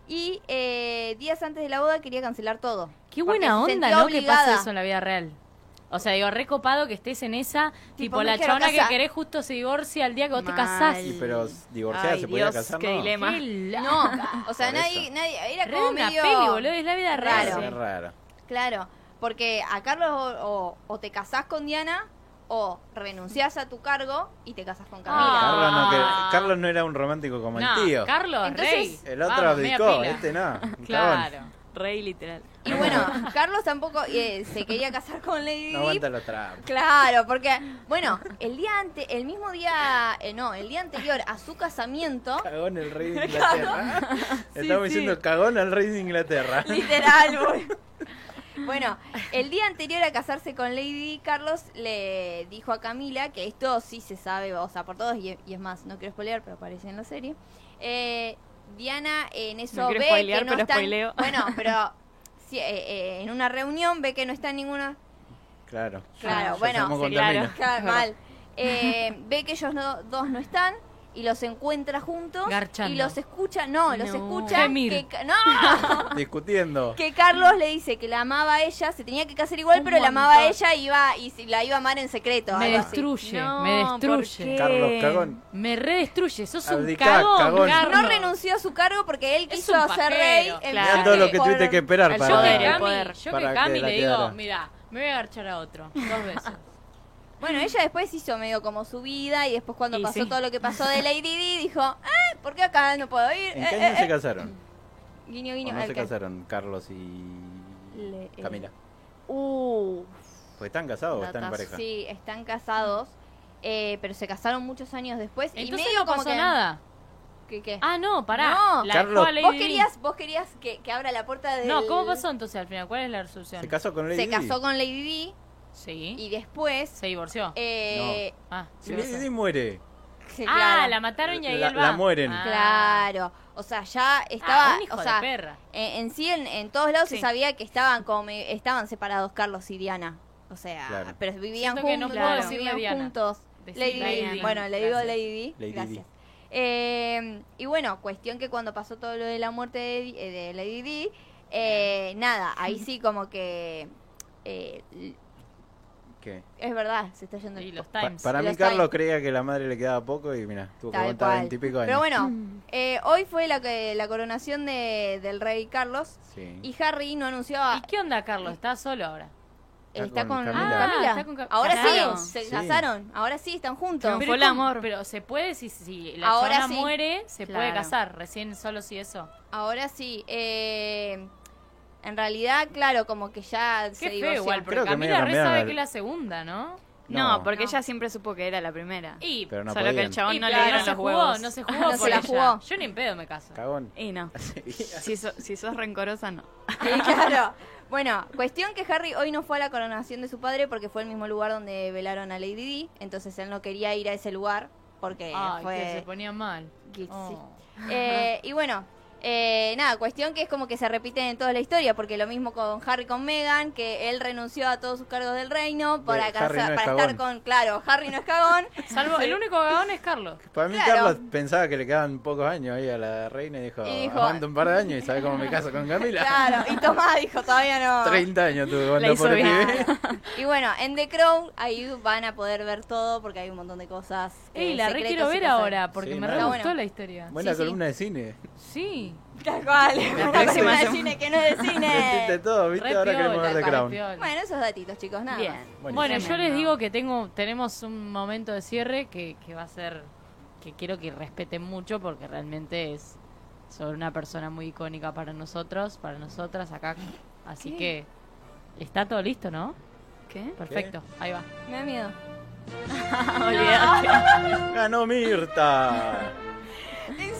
Speaker 4: Y eh, días antes de la boda quería cancelar todo.
Speaker 2: Qué
Speaker 4: Porque
Speaker 2: buena
Speaker 4: se
Speaker 2: onda,
Speaker 4: sentía
Speaker 2: ¿no? Que pasa
Speaker 4: obligada.
Speaker 2: eso en la vida real. O sea, digo, recopado que estés en esa, tipo,
Speaker 4: Tipo, me
Speaker 2: la
Speaker 4: quiero
Speaker 2: chabona que
Speaker 4: casar.
Speaker 2: querés justo se divorcia el día que vos te
Speaker 1: Mal.
Speaker 2: casás.
Speaker 3: Sí, pero divorciada
Speaker 1: Ay,
Speaker 3: se podía
Speaker 1: Dios,
Speaker 3: casar,
Speaker 1: qué
Speaker 3: ¿no?
Speaker 1: dilema.
Speaker 2: Qué la-
Speaker 4: No,
Speaker 2: (laughs)
Speaker 4: o sea,
Speaker 3: Por
Speaker 4: nadie,
Speaker 3: eso.
Speaker 4: nadie, era
Speaker 2: Re
Speaker 4: como
Speaker 2: una
Speaker 4: medio...
Speaker 2: peli, boludo, es la vida real.
Speaker 4: Claro.
Speaker 3: Es raro.
Speaker 4: Claro, porque a Carlos o, o- o te casás con Diana o renunciás a tu cargo y te casás con Camila.
Speaker 2: Ah.
Speaker 3: Carlos, no que- Carlos no era un romántico como el tío.
Speaker 2: No, Carlos,
Speaker 4: Entonces,
Speaker 2: rey.
Speaker 3: el otro
Speaker 2: Vamos, media
Speaker 3: abdicó,
Speaker 2: pila.
Speaker 3: este no.
Speaker 2: (laughs)
Speaker 3: un
Speaker 2: Claro.
Speaker 3: cagón.
Speaker 1: Rey literal.
Speaker 4: Y bueno, Carlos tampoco eh, se quería casar con Lady
Speaker 3: No
Speaker 4: Di.
Speaker 3: aguanta los trapos.
Speaker 4: Claro, porque bueno, el día ante, el mismo día, eh, no, el día anterior a su casamiento,
Speaker 3: Cagón el rey de Inglaterra. Estamos
Speaker 1: sí.
Speaker 3: diciendo cagón al rey de Inglaterra.
Speaker 1: (laughs)
Speaker 4: literal. boludo. Bueno, el día anterior a casarse con Lady Di, Carlos le dijo a Camila que esto sí se sabe, o sea, por todos, y, y es más, no quiero spoilear, pero aparece en la serie. eh, Diana en eso
Speaker 1: No quiero
Speaker 4: ve
Speaker 1: spoilear,
Speaker 4: que no
Speaker 1: pero
Speaker 4: están-
Speaker 1: spoileo.
Speaker 4: Bueno, pero
Speaker 1: (laughs)
Speaker 4: sí, eh, eh, en una reunión ve que no está ninguno.
Speaker 3: Claro. Ya
Speaker 4: Claro, bueno,
Speaker 3: estamos con
Speaker 1: sí, claro.
Speaker 3: Tamina.
Speaker 4: Claro, mal. Eh, ve que ellos no- dos no están y los encuentra juntos
Speaker 2: Garchando.
Speaker 4: y los escucha, no, los
Speaker 1: No.
Speaker 4: escucha
Speaker 2: Gemir.
Speaker 4: que ca- no,
Speaker 3: Discutiendo.
Speaker 4: que Carlos le dice que la amaba a ella, se tenía que casar igual,
Speaker 2: Un
Speaker 4: pero la amaba a
Speaker 2: montón.
Speaker 4: ella y iba y si- la iba a amar en secreto,
Speaker 2: Me
Speaker 4: algo así.
Speaker 2: destruye,
Speaker 1: No,
Speaker 2: me
Speaker 1: ¿por
Speaker 2: destruye.
Speaker 1: qué?
Speaker 3: Carlos Cagón.
Speaker 2: Me redestruye, sos un
Speaker 3: Abdicá,
Speaker 2: cagón,
Speaker 3: cagón.
Speaker 2: Carlos.
Speaker 4: No renunció a su cargo porque él
Speaker 2: Es
Speaker 4: quiso
Speaker 2: un
Speaker 4: ser
Speaker 2: pajero,
Speaker 4: rey. en
Speaker 1: claro.
Speaker 4: vez
Speaker 3: Mirá
Speaker 4: de
Speaker 3: todo lo que
Speaker 4: por-
Speaker 3: tuviste que esperar
Speaker 1: Al
Speaker 2: Yo
Speaker 1: Para-
Speaker 2: que
Speaker 1: poder, el
Speaker 3: para.
Speaker 2: Cami,
Speaker 1: poder.
Speaker 2: yo
Speaker 3: Para
Speaker 2: que
Speaker 3: que
Speaker 2: Cami
Speaker 3: la
Speaker 2: le
Speaker 3: quedara.
Speaker 2: digo, mira, me voy a agarchar a otro, dos veces. (laughs)
Speaker 4: Bueno, ella después hizo medio como su vida y después cuando
Speaker 1: Y
Speaker 4: pasó
Speaker 1: sí.
Speaker 4: todo lo que pasó de Lady Di dijo, "Ah, ¿por qué acá no puedo ir?
Speaker 3: ¿En
Speaker 4: Eh,
Speaker 3: qué
Speaker 4: eh,
Speaker 3: año se
Speaker 4: eh".
Speaker 3: casaron?
Speaker 4: Guiño,
Speaker 3: ¿O
Speaker 4: guiño.
Speaker 3: no
Speaker 4: al
Speaker 3: se
Speaker 4: que-
Speaker 3: casaron Carlos y
Speaker 4: Le- eh,
Speaker 3: Camila?
Speaker 4: Uh,
Speaker 3: ¿Pues están casados o están en
Speaker 1: Datazo.
Speaker 3: pareja?
Speaker 4: sí, están casados, eh, pero se casaron muchos años después.
Speaker 2: Entonces
Speaker 4: y medio
Speaker 2: no
Speaker 4: como
Speaker 2: pasó
Speaker 4: que-
Speaker 2: nada.
Speaker 4: ¿Qué, qué?
Speaker 2: Ah, no, pará.
Speaker 4: No.
Speaker 2: la
Speaker 3: Carlos,
Speaker 2: dejó a Lady
Speaker 4: vos
Speaker 2: Di.
Speaker 4: querías, vos querías que, que abra la puerta de.
Speaker 2: No, ¿cómo pasó entonces al final? ¿Cuál es la resolución?
Speaker 3: ¿Se casó con Lady
Speaker 4: Se
Speaker 3: Di?
Speaker 4: casó con Lady Di
Speaker 2: Sí.
Speaker 4: y después.
Speaker 2: Se divorció.
Speaker 4: eh,
Speaker 2: Ah, se
Speaker 3: Si Lady
Speaker 2: divorció.
Speaker 3: Di muere.
Speaker 4: sí,
Speaker 2: Ah,
Speaker 4: claro.
Speaker 2: la mataron y ahí
Speaker 3: La-
Speaker 2: él va.
Speaker 3: la mueren.
Speaker 2: Ah.
Speaker 4: Claro. O sea, ya
Speaker 2: Ah,
Speaker 4: estaba.
Speaker 2: un hijo
Speaker 4: o sea,
Speaker 2: de perra.
Speaker 4: en, en sí, en, en todos lados
Speaker 1: Sí.
Speaker 4: se sabía que estaban como, estaban separados Carlos y Diana. O sea,
Speaker 3: Claro.
Speaker 4: pero vivían
Speaker 2: Siento que
Speaker 4: juntos.
Speaker 2: no
Speaker 1: puedo
Speaker 4: vivían
Speaker 2: decirle Diana.
Speaker 4: juntos.
Speaker 2: Decirle
Speaker 4: Lady Di.
Speaker 1: Diana.
Speaker 4: Bueno, le digo
Speaker 2: Gracias.
Speaker 4: Lady Di.
Speaker 3: Lady Di.
Speaker 4: Gracias. Eh, y bueno, cuestión que cuando pasó todo lo de la muerte de, Di- eh, de Lady Di, eh, nada,
Speaker 2: (laughs)
Speaker 4: ahí sí como que... eh, l-
Speaker 3: ¿Qué?
Speaker 4: es verdad, se está yendo
Speaker 2: Y
Speaker 4: el...
Speaker 2: los
Speaker 3: Pa-
Speaker 2: Times.
Speaker 3: para mí
Speaker 4: Los
Speaker 3: Carlos
Speaker 4: Times.
Speaker 3: creía que la madre le quedaba poco y mira, tuvo que
Speaker 4: Tal
Speaker 3: aguantar
Speaker 4: cual.
Speaker 3: veintipico años.
Speaker 4: Pero
Speaker 2: Mm.
Speaker 4: bueno, eh, hoy fue la, que- la coronación de- del rey Carlos
Speaker 3: Sí.
Speaker 4: y Harry no anunció... a-
Speaker 2: ¿Y qué onda, Carlos? ¿Estás solo ahora?
Speaker 3: Está
Speaker 4: está
Speaker 3: con
Speaker 4: con,
Speaker 3: Camila.
Speaker 4: Camila.
Speaker 2: Ah, está con Cam-
Speaker 4: ahora
Speaker 1: Casados.
Speaker 4: sí, se
Speaker 3: Sí.
Speaker 4: casaron, ahora sí, están juntos.
Speaker 1: Triunfó el
Speaker 2: ¿cómo?
Speaker 1: amor.
Speaker 2: Pero se puede, si, si la
Speaker 4: Ahora
Speaker 2: persona
Speaker 4: sí.
Speaker 2: muere, se puede
Speaker 1: Claro.
Speaker 2: casar. Recién solo si eso.
Speaker 4: Ahora sí, eh, en realidad, claro, como que ya se
Speaker 2: Qué feo
Speaker 4: divorció.
Speaker 2: igual, porque
Speaker 3: Creo que medio
Speaker 2: Camila re
Speaker 3: cambiaron
Speaker 2: sabe
Speaker 3: el-
Speaker 2: que es la segunda, ¿no?
Speaker 1: No, porque
Speaker 4: No.
Speaker 1: ella siempre supo que era la primera.
Speaker 2: Y,
Speaker 3: Pero no
Speaker 1: Solo que
Speaker 3: podían.
Speaker 1: el chabón
Speaker 2: y
Speaker 1: no
Speaker 2: pero
Speaker 1: le dieron
Speaker 2: se
Speaker 1: los
Speaker 2: jugó,
Speaker 1: huevos.
Speaker 2: No se (laughs) jugó
Speaker 4: No se
Speaker 2: por
Speaker 4: la
Speaker 2: ella.
Speaker 4: jugó.
Speaker 2: Yo ni en pedo me caso.
Speaker 3: Cagón.
Speaker 1: Y
Speaker 3: (laughs)
Speaker 1: no. Si, so- si sos rencorosa, no.
Speaker 4: Sí, (laughs) claro. Bueno, cuestión que Harry hoy no fue a la coronación de su padre porque fue el mismo lugar donde velaron a Lady Di, entonces él no quería ir a ese lugar porque
Speaker 2: Ay, que se
Speaker 4: fue...
Speaker 2: ponía mal.
Speaker 4: que sí.
Speaker 2: Oh.
Speaker 4: Eh, y bueno, Eh, nada, cuestión que es como que se repiten en toda la historia, porque lo mismo con Harry con Meghan, que él renunció a todos sus cargos del reino para,
Speaker 3: Eh, Harry no
Speaker 4: casar-
Speaker 3: es
Speaker 4: para estar
Speaker 3: cagón.
Speaker 4: con, claro, Harry no es
Speaker 3: (laughs)
Speaker 4: cagón,
Speaker 2: Salvo, el único vagón es Carlos.
Speaker 3: Para mí
Speaker 4: Claro.
Speaker 3: Carlos pensaba que le quedaban pocos años ahí a la reina y dijo,
Speaker 4: Y dijo,
Speaker 3: aguanta un par de años y sabe cómo me caso con Camila. (laughs)
Speaker 4: claro, y Tomás dijo, todavía no.
Speaker 3: 30 años tuve
Speaker 2: La
Speaker 3: cuando
Speaker 2: hizo
Speaker 3: pobre
Speaker 2: bien.
Speaker 3: pibe.
Speaker 4: Y bueno, en The Crown ahí van a poder ver todo, porque hay un montón de cosas. eh,
Speaker 2: Ey, la re
Speaker 4: secretos
Speaker 2: quiero
Speaker 4: y
Speaker 2: ver
Speaker 4: cosas.
Speaker 2: ahora, porque
Speaker 3: Sí,
Speaker 2: me
Speaker 3: ¿no?
Speaker 2: re
Speaker 4: Está
Speaker 2: gustó
Speaker 4: bueno.
Speaker 2: la historia.
Speaker 3: (laughs) Buena
Speaker 4: Sí, sí.
Speaker 3: columna de cine.
Speaker 2: Sí,
Speaker 4: Tal cual,
Speaker 1: próxima
Speaker 4: una película de
Speaker 1: semana.
Speaker 4: cine que
Speaker 3: (laughs)
Speaker 4: no es de
Speaker 3: Metiste
Speaker 4: cine.
Speaker 3: todo, ¿viste?
Speaker 2: re
Speaker 3: Ahora queremos
Speaker 2: piola,
Speaker 3: ver The
Speaker 2: re
Speaker 3: Crown.
Speaker 2: piola.
Speaker 4: Bueno, esos datitos, chicos, nada
Speaker 1: Bien.
Speaker 4: más.
Speaker 2: Bueno, yo les
Speaker 1: Tremendo.
Speaker 2: digo que tengo, tenemos un momento de cierre que, que va a ser, que quiero que respeten mucho porque realmente es sobre una persona muy icónica para nosotros, para nosotras acá. Así
Speaker 1: ¿Qué?
Speaker 2: que está todo listo, ¿no?
Speaker 1: ¿Qué?
Speaker 2: Perfecto, ahí va.
Speaker 4: Me da miedo.
Speaker 3: Ganó Mirta.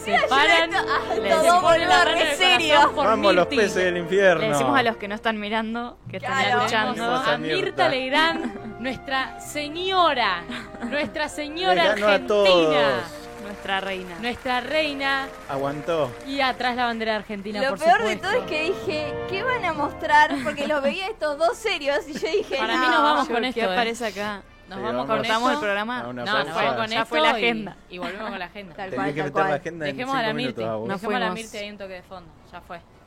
Speaker 2: Se paran, le
Speaker 4: ah, todo
Speaker 2: se pone la
Speaker 4: volver,
Speaker 2: mano en el
Speaker 4: en serio.
Speaker 2: corazón por
Speaker 3: Vamos los
Speaker 2: Mirti.
Speaker 3: peces del
Speaker 1: Le
Speaker 3: infierno.
Speaker 1: decimos a los que no están mirando, que están
Speaker 4: Claro.
Speaker 1: escuchando.
Speaker 2: Tenemos a
Speaker 3: Hermosa
Speaker 2: Mirta
Speaker 3: Mirta.
Speaker 2: Legrand, nuestra señora, nuestra
Speaker 3: Les
Speaker 2: señora
Speaker 3: ganó a
Speaker 2: argentina,
Speaker 3: todos.
Speaker 1: Nuestra reina.
Speaker 2: nuestra reina Aguantó. y atrás la bandera argentina.
Speaker 4: Lo
Speaker 2: por
Speaker 4: peor de
Speaker 2: supuesto.
Speaker 4: todo es que dije, ¿qué van a mostrar? Porque los veía estos dos serios y yo dije,
Speaker 2: Para
Speaker 4: no.
Speaker 2: mí nos vamos
Speaker 1: Yo,
Speaker 2: con
Speaker 1: ¿qué
Speaker 2: esto, eh?
Speaker 1: aparece acá?
Speaker 2: nos
Speaker 3: Sí,
Speaker 2: vamos, con
Speaker 1: Cortamos el
Speaker 2: esto.
Speaker 3: A
Speaker 1: programa.
Speaker 2: No,
Speaker 3: una
Speaker 2: nos
Speaker 3: pausa.
Speaker 2: vamos con
Speaker 1: Ya
Speaker 2: esto
Speaker 1: fue la
Speaker 2: y-
Speaker 1: agenda.
Speaker 2: Y, volvemos con la agenda.
Speaker 4: Tal
Speaker 3: Tenías
Speaker 4: cual,
Speaker 3: que
Speaker 4: tal
Speaker 3: meter la
Speaker 4: cual.
Speaker 3: agenda en
Speaker 2: Dejemos a
Speaker 3: cinco
Speaker 2: la
Speaker 3: minutos,
Speaker 2: Mirti.
Speaker 3: a vos.
Speaker 1: No
Speaker 2: Dejemos a la
Speaker 1: fuimos.
Speaker 2: Mirti ahí en toque de fondo. Ya fue.